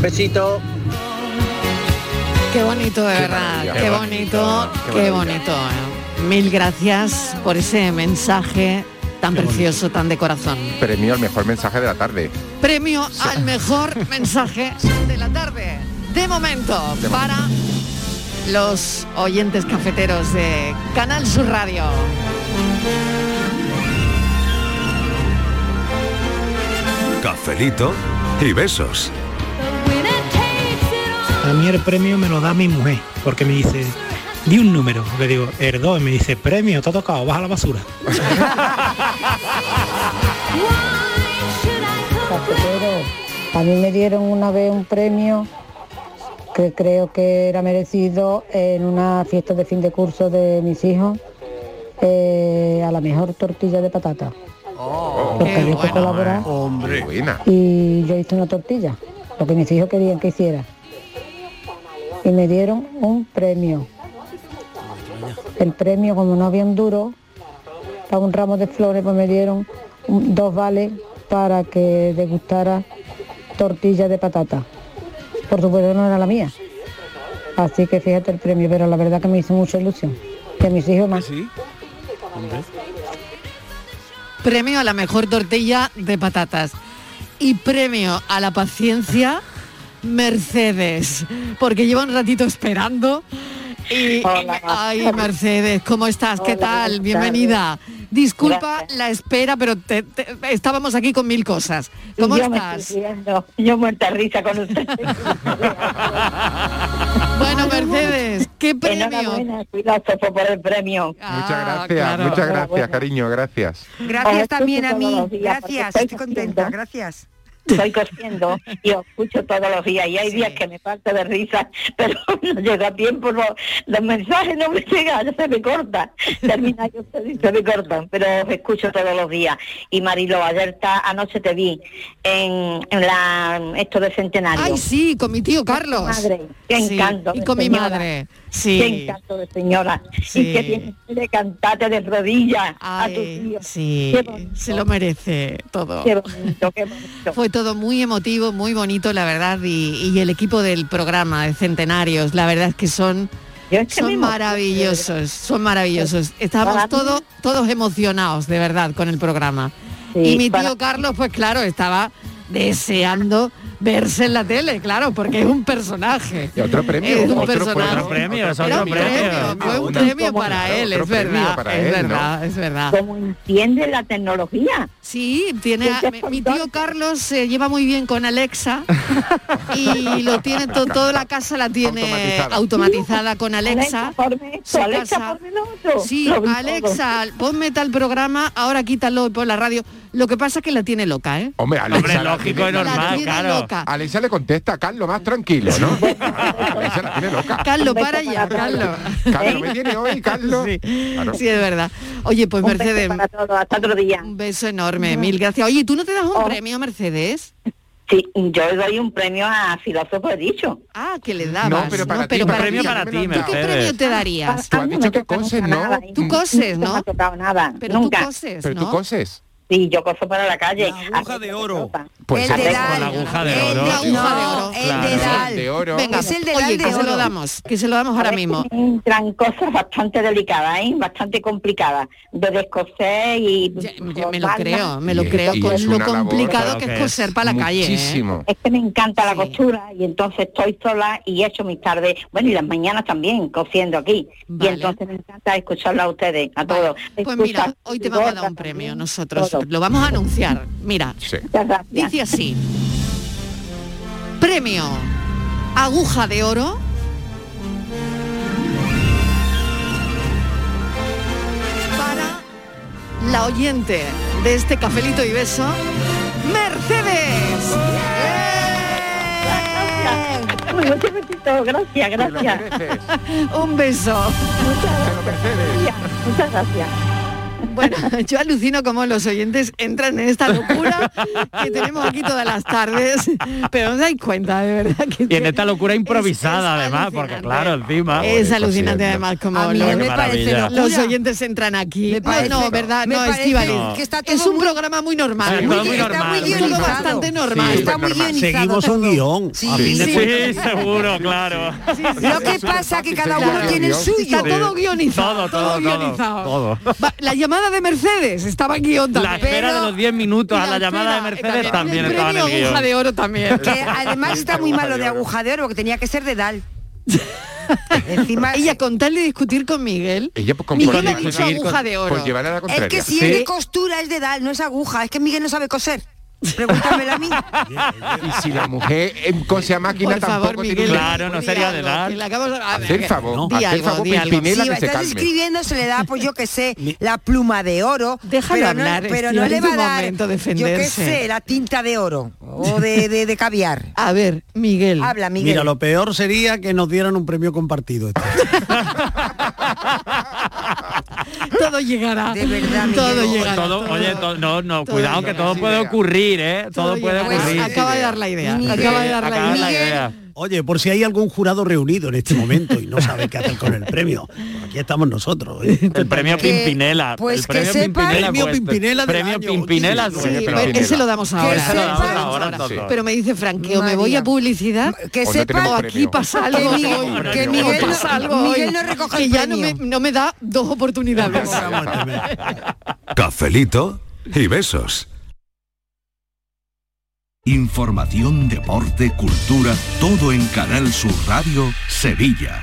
Speaker 25: Besito.
Speaker 9: Qué bonito, de verdad,
Speaker 25: maravilla.
Speaker 9: qué
Speaker 25: Qué
Speaker 9: bonito,
Speaker 25: bonito, qué
Speaker 9: qué
Speaker 25: maravilla.
Speaker 9: bonito. ¿eh? Mil gracias por ese mensaje tan precioso, tan de corazón.
Speaker 10: Premio al mejor mensaje de la tarde.
Speaker 9: Premio al mejor mensaje de la tarde. De momento,
Speaker 10: De momento.
Speaker 9: para los oyentes cafeteros de Canal Sur Radio.
Speaker 24: Cafelito y besos.
Speaker 19: A mí el premio me lo da mi mujer, porque me dice, di un número. Le digo, el 2, y me dice, premio, te ha tocado, baja la basura.
Speaker 15: Cafetero, a mí me dieron una vez un premio que creo que era merecido en una fiesta de fin de curso de mis hijos eh, a la mejor tortilla de patata. porque había que
Speaker 13: ¿eh?
Speaker 15: colaborar
Speaker 10: Hombre. Buena.
Speaker 15: y yo hice una tortilla, lo que mis hijos querían que hiciera. Y me dieron un premio. El premio, como no había un duro, para un ramo de flores, pues me dieron un- dos vales para que degustara tortilla de patata. Por supuesto no era la mía. Así que fíjate el premio, pero la verdad que me hizo mucha ilusión. Que mis hijos más.
Speaker 9: Premio a la mejor tortilla de patatas. Y premio a la paciencia Mercedes. Porque lleva un ratito esperando. Y,
Speaker 26: Hola.
Speaker 9: ay, Mercedes, ¿cómo estás? ¿Qué
Speaker 26: Hola,
Speaker 9: tal?
Speaker 26: buenas
Speaker 9: Bienvenida.
Speaker 26: tardes.
Speaker 9: Disculpa la espera, pero te- te- estábamos aquí con mil cosas. ¿Cómo
Speaker 26: yo Me
Speaker 9: estás?
Speaker 26: estoy riendo, yo muerta de risa con usted.
Speaker 9: bueno, Mercedes, ¿qué premio? Ah,
Speaker 26: Enhorabuena, filósofo, por el premio.
Speaker 12: Ah,
Speaker 10: Muchas gracias, muchas gracias, cariño, gracias.
Speaker 26: Os escucho
Speaker 12: Gracias también a
Speaker 26: todos
Speaker 12: mí.
Speaker 26: los días porque
Speaker 12: Gracias,
Speaker 26: estáis
Speaker 12: estoy contenta, gracias.
Speaker 26: Estoy cosiendo y os escucho todos los días. Y hay días que me falta de risa, pero no llega a tiempo. No, los mensajes no me llegan, ya se me cortan. Termina yo y se me cortan, pero os escucho todos los días. Y Marilo, ayer ta- anoche te vi en, en la, esto de centenario.
Speaker 9: Ay, sí, con mi tío Carlos.
Speaker 26: Madre, qué
Speaker 9: Sí,
Speaker 26: encanto.
Speaker 9: y
Speaker 26: de
Speaker 9: con mi
Speaker 26: señora.
Speaker 9: madre.
Speaker 26: Qué
Speaker 9: Sí.
Speaker 26: encanto de señora. Y que tienes de cantarte de rodillas a tu tío.
Speaker 9: Sí,
Speaker 26: Qué bonito.
Speaker 9: se lo merece todo.
Speaker 26: Qué bonito, qué bonito.
Speaker 9: Fue todo muy emotivo, muy bonito, la verdad, y, y el equipo del programa de Centenarios, la verdad es que son,
Speaker 26: que me
Speaker 9: son
Speaker 26: emociono, de
Speaker 9: maravillosos, son maravillosos.
Speaker 26: para
Speaker 9: Estábamos
Speaker 26: mí-
Speaker 9: todos, todos emocionados, de verdad, con el programa. y mi tío Carlos, pues claro, estaba deseando verse en la tele, claro, porque es un personaje.
Speaker 10: Y otro premio,
Speaker 9: Es un
Speaker 10: otro
Speaker 9: personaje.
Speaker 10: premio, Otro premio, otro
Speaker 9: Era un
Speaker 10: premio.
Speaker 9: premio, fue un
Speaker 13: Ah,
Speaker 26: Otro
Speaker 9: premio
Speaker 26: premio,
Speaker 9: para él,
Speaker 26: otro
Speaker 9: es
Speaker 26: premio
Speaker 9: verdad,
Speaker 26: para
Speaker 9: es
Speaker 26: él, ¿no?
Speaker 9: verdad, es verdad.
Speaker 26: Como entiende la tecnología.
Speaker 9: Sí, tiene a- mi- mi tío Carlos se lleva muy bien con Alexa y lo tiene to- toda la casa la tiene automatizada,
Speaker 26: Automatizada.
Speaker 9: con Alexa.
Speaker 26: esto,
Speaker 9: Su
Speaker 26: Alexa,
Speaker 9: casa.
Speaker 26: ponme lo otro.
Speaker 9: Sí,
Speaker 26: Lo vi
Speaker 9: Alexa, ponme tal programa, ahora quítalo y pon la radio. Lo que pasa es que la tiene loca, ¿eh?
Speaker 10: Hombre, Alexa,
Speaker 13: Hombre,
Speaker 10: la
Speaker 13: lógico
Speaker 10: tiene-
Speaker 13: y normal, La tiene claro. loca.
Speaker 10: Alexa le contesta, Carlos, más tranquilo, ¿no? Alexa la tiene loca.
Speaker 9: Carlos, para allá, Carlos.
Speaker 10: Carlos, me tiene hoy, Carlos.
Speaker 9: Sí,
Speaker 10: Claro.
Speaker 9: sí, es verdad. Oye, pues
Speaker 26: Un beso
Speaker 9: Mercedes.
Speaker 26: para todos, hasta otro día. Oh.
Speaker 9: Un beso enorme, mil gracias. Oye, ¿tú no te das un premio, Mercedes?
Speaker 26: Sí, yo doy un premio a filósofo, he dicho.
Speaker 9: Ah, que le dabas. No, pero para ti, para ti, a mí me lo han dado. ¿Tú qué premio te darías?
Speaker 26: Tú has dicho que
Speaker 10: coses, ¿no?
Speaker 9: Tú coses, ¿no?
Speaker 26: me ha tocado nada.
Speaker 9: Pero tú
Speaker 26: nunca.
Speaker 9: coses,
Speaker 10: Pero tú coses.
Speaker 26: Sí, yo coso para la calle.
Speaker 14: Aguja de oro.
Speaker 10: Pues
Speaker 26: El
Speaker 10: sí,
Speaker 26: dedal.
Speaker 10: con la aguja de oro.
Speaker 9: La aguja de
Speaker 26: No,
Speaker 9: oro.
Speaker 26: el Claro, dedal.
Speaker 10: de oro.
Speaker 9: Venga,
Speaker 26: Es el dedal
Speaker 9: oye,
Speaker 26: de
Speaker 9: que se lo
Speaker 26: oro.
Speaker 9: damos, que se lo damos ahora
Speaker 26: A veces
Speaker 9: mismo.
Speaker 26: me Entran cosas bastante delicadas, ¿eh? bastante complicadas, de descoser y...
Speaker 9: me lo creo, me lo
Speaker 26: Y-
Speaker 9: creo,
Speaker 26: y
Speaker 9: con
Speaker 26: es
Speaker 9: lo
Speaker 26: una labor,
Speaker 9: complicado
Speaker 26: claro
Speaker 9: que es
Speaker 26: que es
Speaker 9: coser para la calle. ¿eh?
Speaker 26: muchísimo. Es que me encanta la costura y entonces estoy sola y he hecho mis tardes, bueno, y las mañanas también cosiendo aquí. Y entonces me encanta escucharla a ustedes, a todos.
Speaker 9: Pues mira, hoy te vamos a dar un premio nosotros.
Speaker 26: todo.
Speaker 9: Lo vamos a anunciar. Mira, dice así. Premio Aguja de Oro. Para la oyente de este cafelito y beso, Mercedes. ¡Eh!
Speaker 26: Gracias, gracias.
Speaker 9: Un beso.
Speaker 26: Muchas gracias.
Speaker 9: Bueno, yo alucino como los oyentes entran en esta locura que tenemos aquí todas las tardes, pero no os dais cuenta, de verdad que
Speaker 13: Y en esta locura improvisada, además, porque claro, encima.
Speaker 9: es alucinante además como
Speaker 13: A mí
Speaker 9: los,
Speaker 13: me parece
Speaker 9: los
Speaker 13: locura.
Speaker 9: oyentes entran aquí. No,
Speaker 13: parece-
Speaker 9: no, verdad,
Speaker 12: me
Speaker 9: no,
Speaker 12: parece
Speaker 9: Estíbaliz.
Speaker 12: que está
Speaker 9: es un programa muy normal.
Speaker 13: Sí, todo muy
Speaker 9: está
Speaker 13: normal, muy
Speaker 9: guionizado.
Speaker 13: normal.
Speaker 9: bastante normal.
Speaker 13: Sí, Está muy normal. guionizado
Speaker 14: Seguimos un guión. a
Speaker 13: Sí,
Speaker 14: fin de cuentas.
Speaker 13: seguro, claro.
Speaker 12: Lo que pasa que cada uno tiene el suyo.
Speaker 9: Está todo
Speaker 13: Todo,
Speaker 9: guionizado.
Speaker 13: todo,
Speaker 9: guionizado.
Speaker 13: todo. todo.
Speaker 9: Va, La llamada de Mercedes estaba en guión
Speaker 13: La
Speaker 9: también.
Speaker 13: espera de los 10 minutos a la llamada de Mercedes también estaba en el guión.
Speaker 9: aguja de oro también.
Speaker 12: Que además está muy malo de agujadero, porque tenía que ser de Dal. eh,
Speaker 9: Encima, ella con tal de discutir con Miguel.
Speaker 10: Ella pues, con
Speaker 9: Miguel
Speaker 10: por
Speaker 9: ha
Speaker 10: discutir
Speaker 9: dicho aguja
Speaker 10: con-
Speaker 9: de oro.
Speaker 10: Por llevar a la contraria.
Speaker 12: Es que si
Speaker 10: Sí.
Speaker 12: es de costura es de Dal, no es aguja. Es que Miguel no sabe coser. Pregúntamelo a mí.
Speaker 10: Y si la mujer eh, cose a máquina
Speaker 12: Por favor,
Speaker 10: tampoco tiene...
Speaker 12: Miguel,
Speaker 13: Claro, no sería de dar.
Speaker 10: Hacer favor,
Speaker 13: Di
Speaker 10: hacer
Speaker 13: algo,
Speaker 10: favor,
Speaker 13: di algo.
Speaker 10: Pimpinela,
Speaker 12: si
Speaker 10: que se
Speaker 12: estás
Speaker 10: calme.
Speaker 12: escribiendo se le da, pues yo que sé, la pluma de oro.
Speaker 9: Déjalo
Speaker 12: pero
Speaker 9: hablar,
Speaker 12: no, pero no le
Speaker 9: Estíbaliz,
Speaker 12: va a
Speaker 9: un
Speaker 12: dar,
Speaker 9: momento,
Speaker 12: yo que
Speaker 9: defenderse.
Speaker 12: sé, la tinta de oro o de, de- de caviar.
Speaker 9: A ver, Miguel.
Speaker 12: Habla, Miguel.
Speaker 14: Mira, lo peor sería que nos dieran un premio compartido.
Speaker 9: Todo llegará.
Speaker 12: De verdad, Miguel.
Speaker 9: Todo llegará.
Speaker 13: Todo, oye, to- no, no, cuidado que todo puede ocurrir, ¿eh? Todo, puede
Speaker 9: llegará.
Speaker 13: ocurrir.
Speaker 9: Acaba de dar la idea.
Speaker 13: Sí,
Speaker 9: Acaba de dar la
Speaker 13: acaba de
Speaker 9: idea.
Speaker 14: Oye, por si hay algún jurado reunido en este momento y no sabe qué hacer con el premio, pues aquí estamos nosotros.
Speaker 13: El premio Pimpinela.
Speaker 14: pues
Speaker 13: el
Speaker 14: que
Speaker 13: premio
Speaker 14: sepa-
Speaker 13: Pimpinela.
Speaker 14: Premio
Speaker 13: puesto.
Speaker 14: Pimpinela del
Speaker 13: Premio
Speaker 14: año.
Speaker 13: Pimpinela.
Speaker 14: Sí,
Speaker 13: sí,
Speaker 14: pero
Speaker 13: Pimpinela.
Speaker 14: ese
Speaker 9: lo damos ahora.
Speaker 13: Ese lo damos
Speaker 9: sepa-
Speaker 13: ahora, entonces.
Speaker 9: Pero me dice Frank que o me voy a publicidad
Speaker 12: que O no sepa- tenemos
Speaker 9: o aquí
Speaker 12: premio.
Speaker 9: pasa algo
Speaker 12: Que Miguel-
Speaker 9: hoy,
Speaker 12: que
Speaker 9: o
Speaker 12: Miguel no-
Speaker 9: pasa algo
Speaker 12: Miguel
Speaker 9: hoy,
Speaker 12: no recoge
Speaker 9: que
Speaker 12: el
Speaker 9: ya no me,
Speaker 12: premio.
Speaker 9: no me da dos oportunidades.
Speaker 1: Cafelito y besos.
Speaker 24: Información, deporte, cultura, todo en Canal Sur Radio, Sevilla.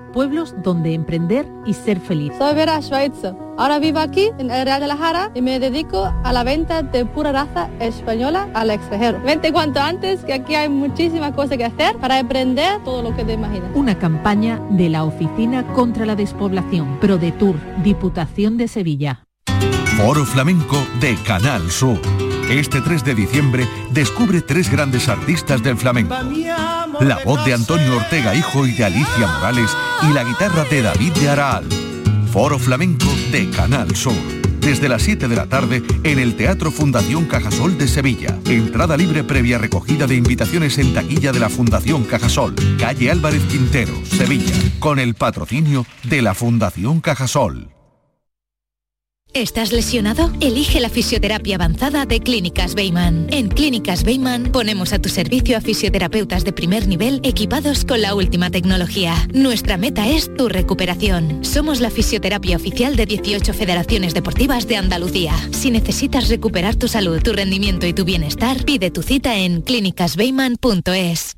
Speaker 17: pueblos donde emprender y ser feliz.
Speaker 27: Soy Vera Schweitzer. Ahora vivo aquí en el Real de la Jara y me dedico a la venta de pura raza española al extranjero. Vente cuanto antes, que aquí hay muchísimas cosas que hacer para emprender todo lo que te imaginas.
Speaker 17: Una campaña de la Oficina contra la Despoblación, ProDetour, Diputación de Sevilla.
Speaker 24: Foro Flamenco de Canal Sur. Este 3 de diciembre descubre tres grandes artistas del flamenco. La voz de Antonio Ortega Hijo y de Alicia Morales y la guitarra de David de Araal. Foro Flamenco de Canal Sur. Desde las 7 de la tarde en el Teatro Fundación Cajasol de Sevilla. Entrada libre previa recogida de invitaciones en taquilla de la Fundación Cajasol. Calle Álvarez Quintero, Sevilla. Con el patrocinio de la Fundación Cajasol.
Speaker 28: ¿Estás lesionado? Elige la fisioterapia avanzada de Clínicas Beyman. En Clínicas Beyman ponemos a tu servicio a fisioterapeutas de primer nivel equipados con la última tecnología. Nuestra meta es tu recuperación. Somos la fisioterapia oficial de 18 federaciones deportivas de Andalucía. Si necesitas recuperar tu salud, tu rendimiento y tu bienestar, pide tu cita en clínicasbeyman.es.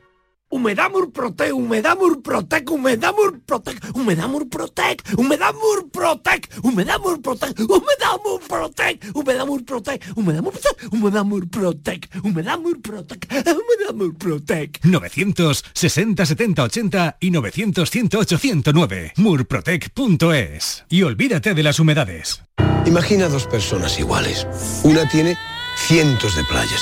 Speaker 3: Humedamur Protec, Humedamur Protec, Humedamur Protec, Humedamur Protec, Humedamur Protec, Humedamur Protec, Humedamur Protec, Humedamur Protec, Humedamur Protec, Humedamur Protec, Humedamur Protec, Humedamur Protec.
Speaker 29: 900 60 70 80 y 900 108 109 murprotec.es. Y olvídate de las humedades.
Speaker 30: Imagina dos personas iguales. Una tiene cientos de playas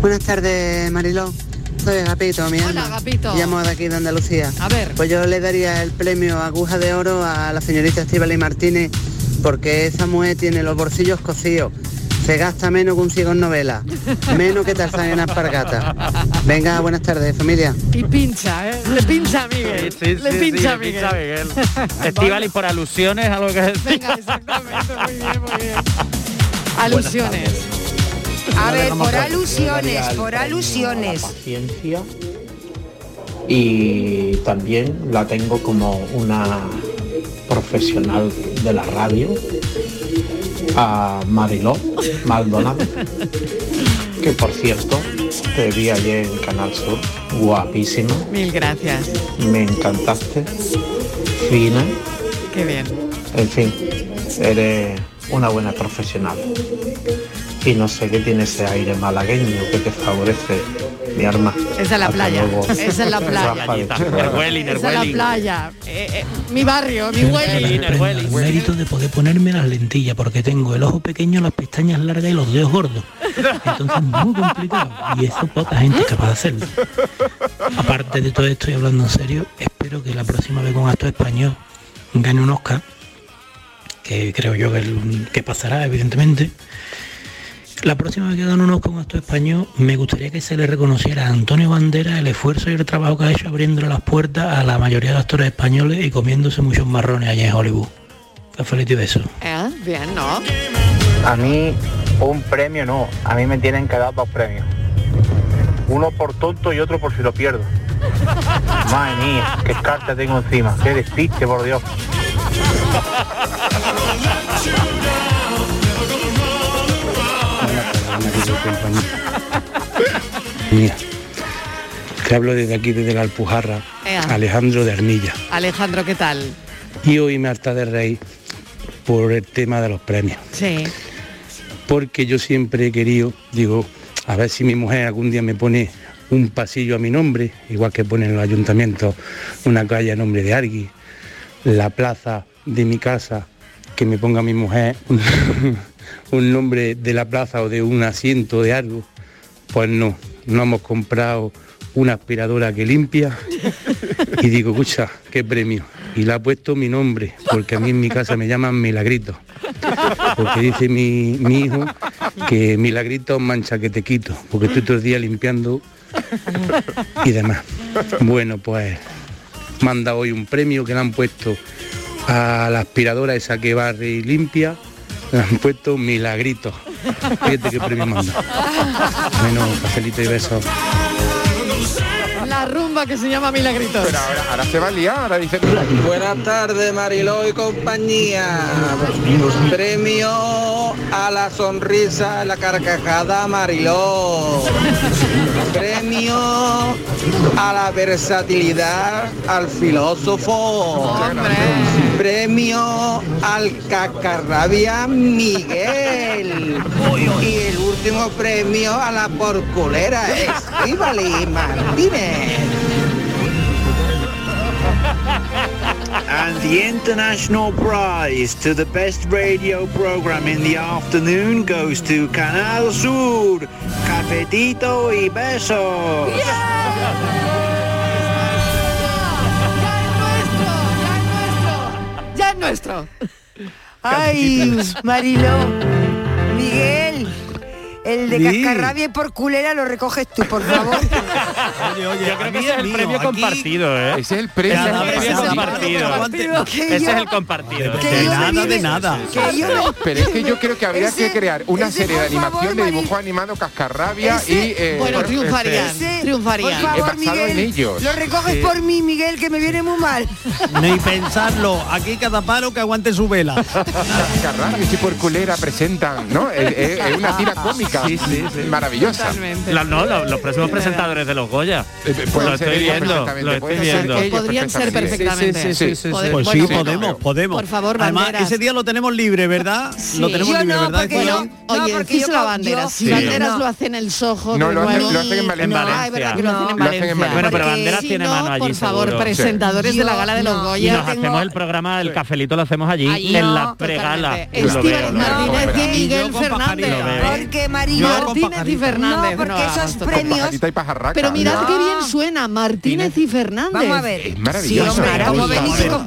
Speaker 31: Buenas tardes, Mariló. Soy Agapito, mi
Speaker 13: Hola,
Speaker 31: alma.
Speaker 13: Agapito.
Speaker 31: Llamo de aquí de Andalucía.
Speaker 13: A ver.
Speaker 31: Pues yo le daría el premio Aguja de Oro a la señorita Estivali Martínez, porque esa mujer tiene los bolsillos cocidos. Se gasta menos que un ciego en novela, menos que Tarzán en aspargata. Venga, buenas tardes, familia.
Speaker 13: Y pincha, ¿eh? Le pincha a Miguel.
Speaker 32: Sí, sí,
Speaker 13: le
Speaker 32: sí,
Speaker 13: pincha a
Speaker 32: le
Speaker 13: Miguel.
Speaker 32: pincha a Miguel. Estíbaliz, por alusiones a lo que
Speaker 13: Venga, exactamente. Muy bien, muy bien. Alusiones.
Speaker 12: A ver, por alusiones, por alusiones.
Speaker 22: Ciencia. Y también la tengo como una profesional de la radio, a Mariló Maldonado, que por cierto te vi ayer en Canal Sur, guapísima,
Speaker 13: Mil gracias.
Speaker 22: me encantaste, fina,
Speaker 13: Qué bien.
Speaker 22: en fin, eres una buena profesional. Y no sé qué tiene ese aire malagueño que te favorece, mi arma.
Speaker 13: Esa es la playa. Esa es la playa.
Speaker 32: Nerweli,
Speaker 13: Esa es la
Speaker 32: Nerweli.
Speaker 13: playa. Eh, eh, mi barrio, mi
Speaker 32: Sí,
Speaker 13: huelli.
Speaker 32: Nerweli.
Speaker 19: El mérito de poder ponerme las lentillas porque tengo el ojo pequeño, las pestañas largas y los dedos gordos. Entonces muy complicado y eso poca gente es capaz de hacerlo. Aparte de todo esto y hablando en serio, espero que la próxima vez con actor español gane un Oscar, que creo yo que, el- que pasará evidentemente. La próxima vez que gane un Oscar un actor español, me gustaría que se le reconociera a Antonio Bandera el esfuerzo y el trabajo que ha hecho abriendo las puertas a la mayoría de actores españoles y comiéndose muchos
Speaker 9: Ah,
Speaker 19: marrones allá en Hollywood. Cafelito y beso.
Speaker 13: Eh, Bien, ¿no?
Speaker 31: A mí
Speaker 3: Un premio no, a mí me tienen que dar dos premios. Uno por tonto y otro por si lo pierdo. Madre mía, qué carta tengo encima, qué despiste, por Dios.
Speaker 16: Mira, te hablo desde aquí, desde la Alpujarra,
Speaker 9: Ea.
Speaker 16: Alejandro de Armilla.
Speaker 9: Alejandro, ¿qué tal?
Speaker 16: Y hoy me harta de rey por el tema de los premios.
Speaker 9: Sí.
Speaker 16: Porque yo siempre he querido, digo, a ver si mi mujer algún día me pone un pasillo a mi nombre, igual que ponen en los ayuntamientos una calle a nombre de alguien, la plaza de mi casa, que me ponga mi mujer un, un nombre de la plaza o de un asiento de algo. Pues no, no hemos comprado una aspiradora que limpia y digo, escucha, qué premio. Y le ha puesto mi nombre, porque a mí en mi casa me llaman Milagrito. Porque dice mi, mi hijo que Milagrito mancha que te quito, porque estoy todo el día limpiando y demás. Bueno, pues manda hoy un premio que le han puesto a la aspiradora esa que barre y limpia, le han puesto Milagrito. Fíjate qué premio manda. Bueno, cafelito y besos.
Speaker 9: La rumba que se llama Milagritos.
Speaker 10: Ahora se va a liar, ahora dice...
Speaker 33: Buenas tardes, Mariló y compañía. Premio a la sonrisa, la carcajada, Mariló. Premio a la versatilidad, al filósofo. Premio al cacarrabia, Miguel. Y el último premio a la porculera, Estíbaliz Martínez.
Speaker 25: And the international prize to the best radio program in the afternoon goes to Canal Sur. Cafetito y besos.
Speaker 9: Ya es nuestro.
Speaker 12: Ay, Marilo, Miguel, el de
Speaker 14: Sí.
Speaker 12: cascarrabia por culera lo recoges tú, por favor.
Speaker 13: Yo creo que ese es el premio compartido, ¿eh? Ese es el premio compartido. Ese es el compartido.
Speaker 14: De nada, de nada.
Speaker 10: Que yo no- Pero es que yo creo que habría que crear una
Speaker 14: ese,
Speaker 10: serie de
Speaker 14: por favor,
Speaker 10: animación de dibujo animado cascarrabia y... eh,
Speaker 9: bueno,
Speaker 10: por-
Speaker 9: triunfarían,
Speaker 10: este-
Speaker 9: triunfarían.
Speaker 10: He
Speaker 12: Por favor,
Speaker 10: basado en
Speaker 12: Miguel,
Speaker 10: ellos.
Speaker 12: lo recoges
Speaker 10: Sí.
Speaker 12: por mí, Miguel, que me viene muy mal.
Speaker 14: Ni pensarlo. Aquí cada palo que aguante su vela.
Speaker 10: Cascarrabia y por culera presentan, ¿no? Es, es- es una tira cómica maravillosa.
Speaker 13: La- no, la- los próximos presentadores de los Goya.
Speaker 10: pueden
Speaker 13: Lo
Speaker 10: ser
Speaker 13: estoy
Speaker 10: ellos
Speaker 13: viendo, lo
Speaker 10: perfectamente,
Speaker 13: estoy
Speaker 10: pueden ser
Speaker 13: viendo.
Speaker 10: ellos
Speaker 9: Podrían ser perfectamente.
Speaker 14: Sí, sí, sí, sí, sí,
Speaker 9: Poder-
Speaker 14: Pues
Speaker 9: bueno,
Speaker 14: sí, podemos, podemos.
Speaker 9: Por favor,
Speaker 14: Además,
Speaker 9: banderas.
Speaker 14: ese día lo tenemos libre, ¿verdad?
Speaker 9: Sí.
Speaker 14: Lo tenemos libre, ¿verdad? Estivali?
Speaker 9: Oye,
Speaker 12: no, porque
Speaker 9: porque
Speaker 12: yo
Speaker 9: la
Speaker 12: co-
Speaker 9: bandera.
Speaker 12: yo-
Speaker 9: Si
Speaker 14: Sí.
Speaker 9: banderas
Speaker 12: No.
Speaker 9: lo hacen el sojo.
Speaker 13: No,
Speaker 9: de
Speaker 13: lo
Speaker 9: nuevo.
Speaker 13: hacen- lo hacen en Valencia.
Speaker 9: No, ah, es verdad que lo hacen en
Speaker 13: Lo hacen
Speaker 9: Valencia.
Speaker 13: en Valencia. Bueno, pero
Speaker 9: Porque
Speaker 13: Banderas
Speaker 9: si
Speaker 13: tiene
Speaker 9: no,
Speaker 13: mano allí,
Speaker 9: Por favor,
Speaker 13: seguro.
Speaker 9: presentadores de la gala de los
Speaker 13: Y
Speaker 9: Goya.
Speaker 13: nos hacemos el programa, el cafelito lo hacemos allí,
Speaker 9: Allí.
Speaker 13: en
Speaker 9: No,
Speaker 13: la pregala.
Speaker 9: totalmente. Estíbaliz Martínez y Miguel Fernández.
Speaker 12: Porque Marilo
Speaker 13: Yo con
Speaker 9: Martínez y Fernández.
Speaker 12: No, porque
Speaker 9: no,
Speaker 12: esos
Speaker 9: esto-
Speaker 12: premios.
Speaker 9: Pero mirad
Speaker 12: No.
Speaker 9: qué bien suena Martínez y Fernández.
Speaker 12: Vamos a ver.
Speaker 14: Es
Speaker 9: Sí, hombre, ¿cómo venís y cómo-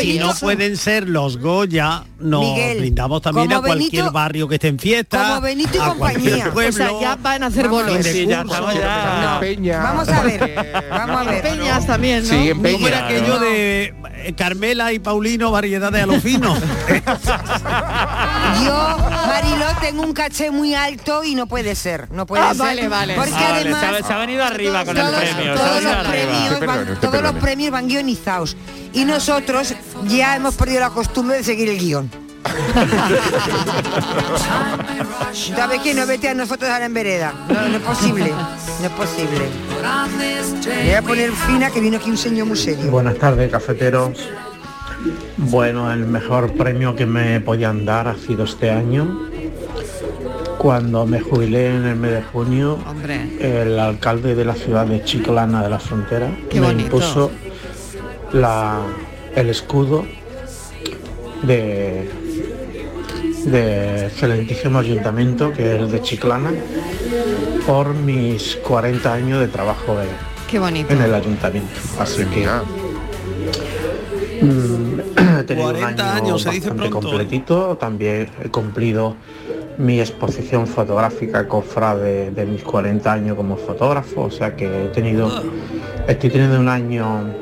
Speaker 14: Y si no pueden ser los Goya, nos
Speaker 9: Miguel,
Speaker 14: brindamos también a
Speaker 9: como
Speaker 14: cualquier
Speaker 9: Benito-
Speaker 14: barrio que esté en fiesta.
Speaker 9: como Benito y
Speaker 14: a cualquier
Speaker 9: compañía.
Speaker 14: pueblo.
Speaker 9: O sea, ya van a hacer
Speaker 14: Vamos,
Speaker 9: bolos.
Speaker 14: de
Speaker 9: Sí, ya
Speaker 14: curso.
Speaker 9: estamos ya.
Speaker 14: No.
Speaker 9: Vamos a ver. Vamos a ver. Peñas también, ¿no?
Speaker 14: ¿Cómo era aquello de eh, Carmela y Paulino, variedades a lo fino?
Speaker 12: Yo, Mariló, tengo un caché muy alto y no puede ser. No puede
Speaker 9: Ah,
Speaker 12: ser.
Speaker 9: vale, vale.
Speaker 12: Porque
Speaker 13: Vale,
Speaker 12: además
Speaker 13: se, ha, se ha venido arriba con
Speaker 12: todos-
Speaker 13: el premio. se ha
Speaker 12: todos
Speaker 13: venido
Speaker 12: los
Speaker 13: arriba.
Speaker 12: premios van- todos los premios van guionizados. Y nosotros ya hemos perdido la costumbre de seguir el guión. ¿Sabes qué? No vete a nosotros ahora en vereda. No, no es posible. No es posible. Le voy a poner fin a que vino aquí un señor muy serio.
Speaker 22: Buenas tardes, cafeteros. Bueno, el mejor premio que me podían dar ha sido este año. Cuando me jubilé en el mes de junio, el alcalde de la ciudad de Chiclana de la Frontera me impuso la- el escudo de, de excelentísimo ayuntamiento, que es el de Chiclana, por mis 40 años de trabajo eh. de,
Speaker 9: Qué bonito.
Speaker 22: en el ayuntamiento. Así que mm, he tenido
Speaker 14: 40
Speaker 22: un año
Speaker 14: años, se dice
Speaker 22: bastante
Speaker 14: pronto. ¿eh?
Speaker 22: completito. También he cumplido mi exposición fotográfica cofrade de mis 40 años como fotógrafo. O sea que
Speaker 14: Ah.
Speaker 22: he tenido, estoy teniendo un año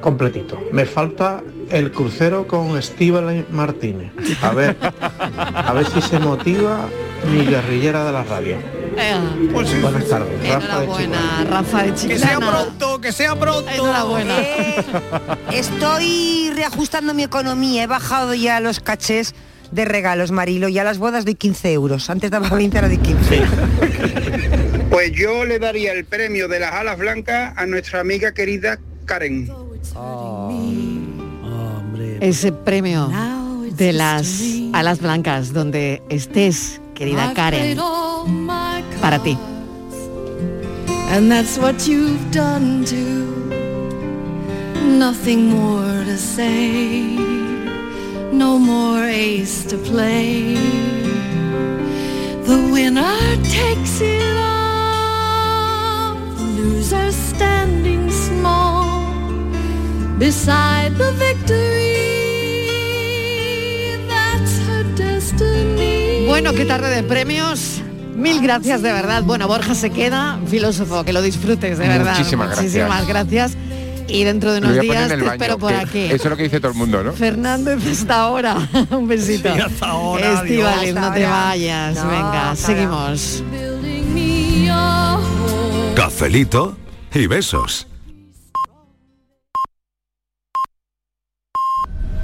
Speaker 22: completito. Me falta el crucero con Estíbal Martínez. A ver, a ver si se motiva mi guerrillera de la radio.
Speaker 9: Eh,
Speaker 14: Pues
Speaker 22: Buenas tardes. Rafa de Chihuahua.
Speaker 9: Enhorabuena, Rafa de
Speaker 14: Que sea
Speaker 9: Chiclana.
Speaker 14: pronto, que sea pronto.
Speaker 9: Enhorabuena.
Speaker 12: Estoy reajustando mi economía, he bajado ya los cachés de regalos, Marilo, y a las bodas doy 15 euros. Antes daba 20, ahora doy 15.
Speaker 10: Pues yo le daría el premio de las alas blancas a nuestra amiga querida Karen.
Speaker 9: Oh.
Speaker 10: Oh.
Speaker 9: Ese premio de las alas blancas donde estés, querida Karen, para ti.
Speaker 34: And that's what you've done too. Nothing more to say. No more ace to play. The winner takes it all. The loser standing small beside the victory. That's her destiny.
Speaker 9: Bueno, qué tarde de premios. Mil gracias de verdad. Bueno, Borja se queda, filósofo, que lo disfrutes de verdad.
Speaker 35: Muchísimas gracias.
Speaker 9: Muchísimas gracias. Y dentro de
Speaker 35: Lo
Speaker 9: unos
Speaker 35: voy a poner
Speaker 9: días
Speaker 35: en
Speaker 9: te
Speaker 35: el baño.
Speaker 9: espero por
Speaker 35: que
Speaker 9: aquí.
Speaker 35: Eso es lo que dice todo el mundo, ¿no?
Speaker 9: Fernández, hasta ahora. Un besito.
Speaker 35: Sí, hasta ahora,
Speaker 34: adiós.
Speaker 9: Estíbaliz, no
Speaker 34: Hasta
Speaker 9: te
Speaker 34: ahora.
Speaker 9: vayas.
Speaker 34: No,
Speaker 9: Venga,
Speaker 34: hasta ahora.
Speaker 9: seguimos.
Speaker 34: Me, your home.
Speaker 24: Cafelito y besos.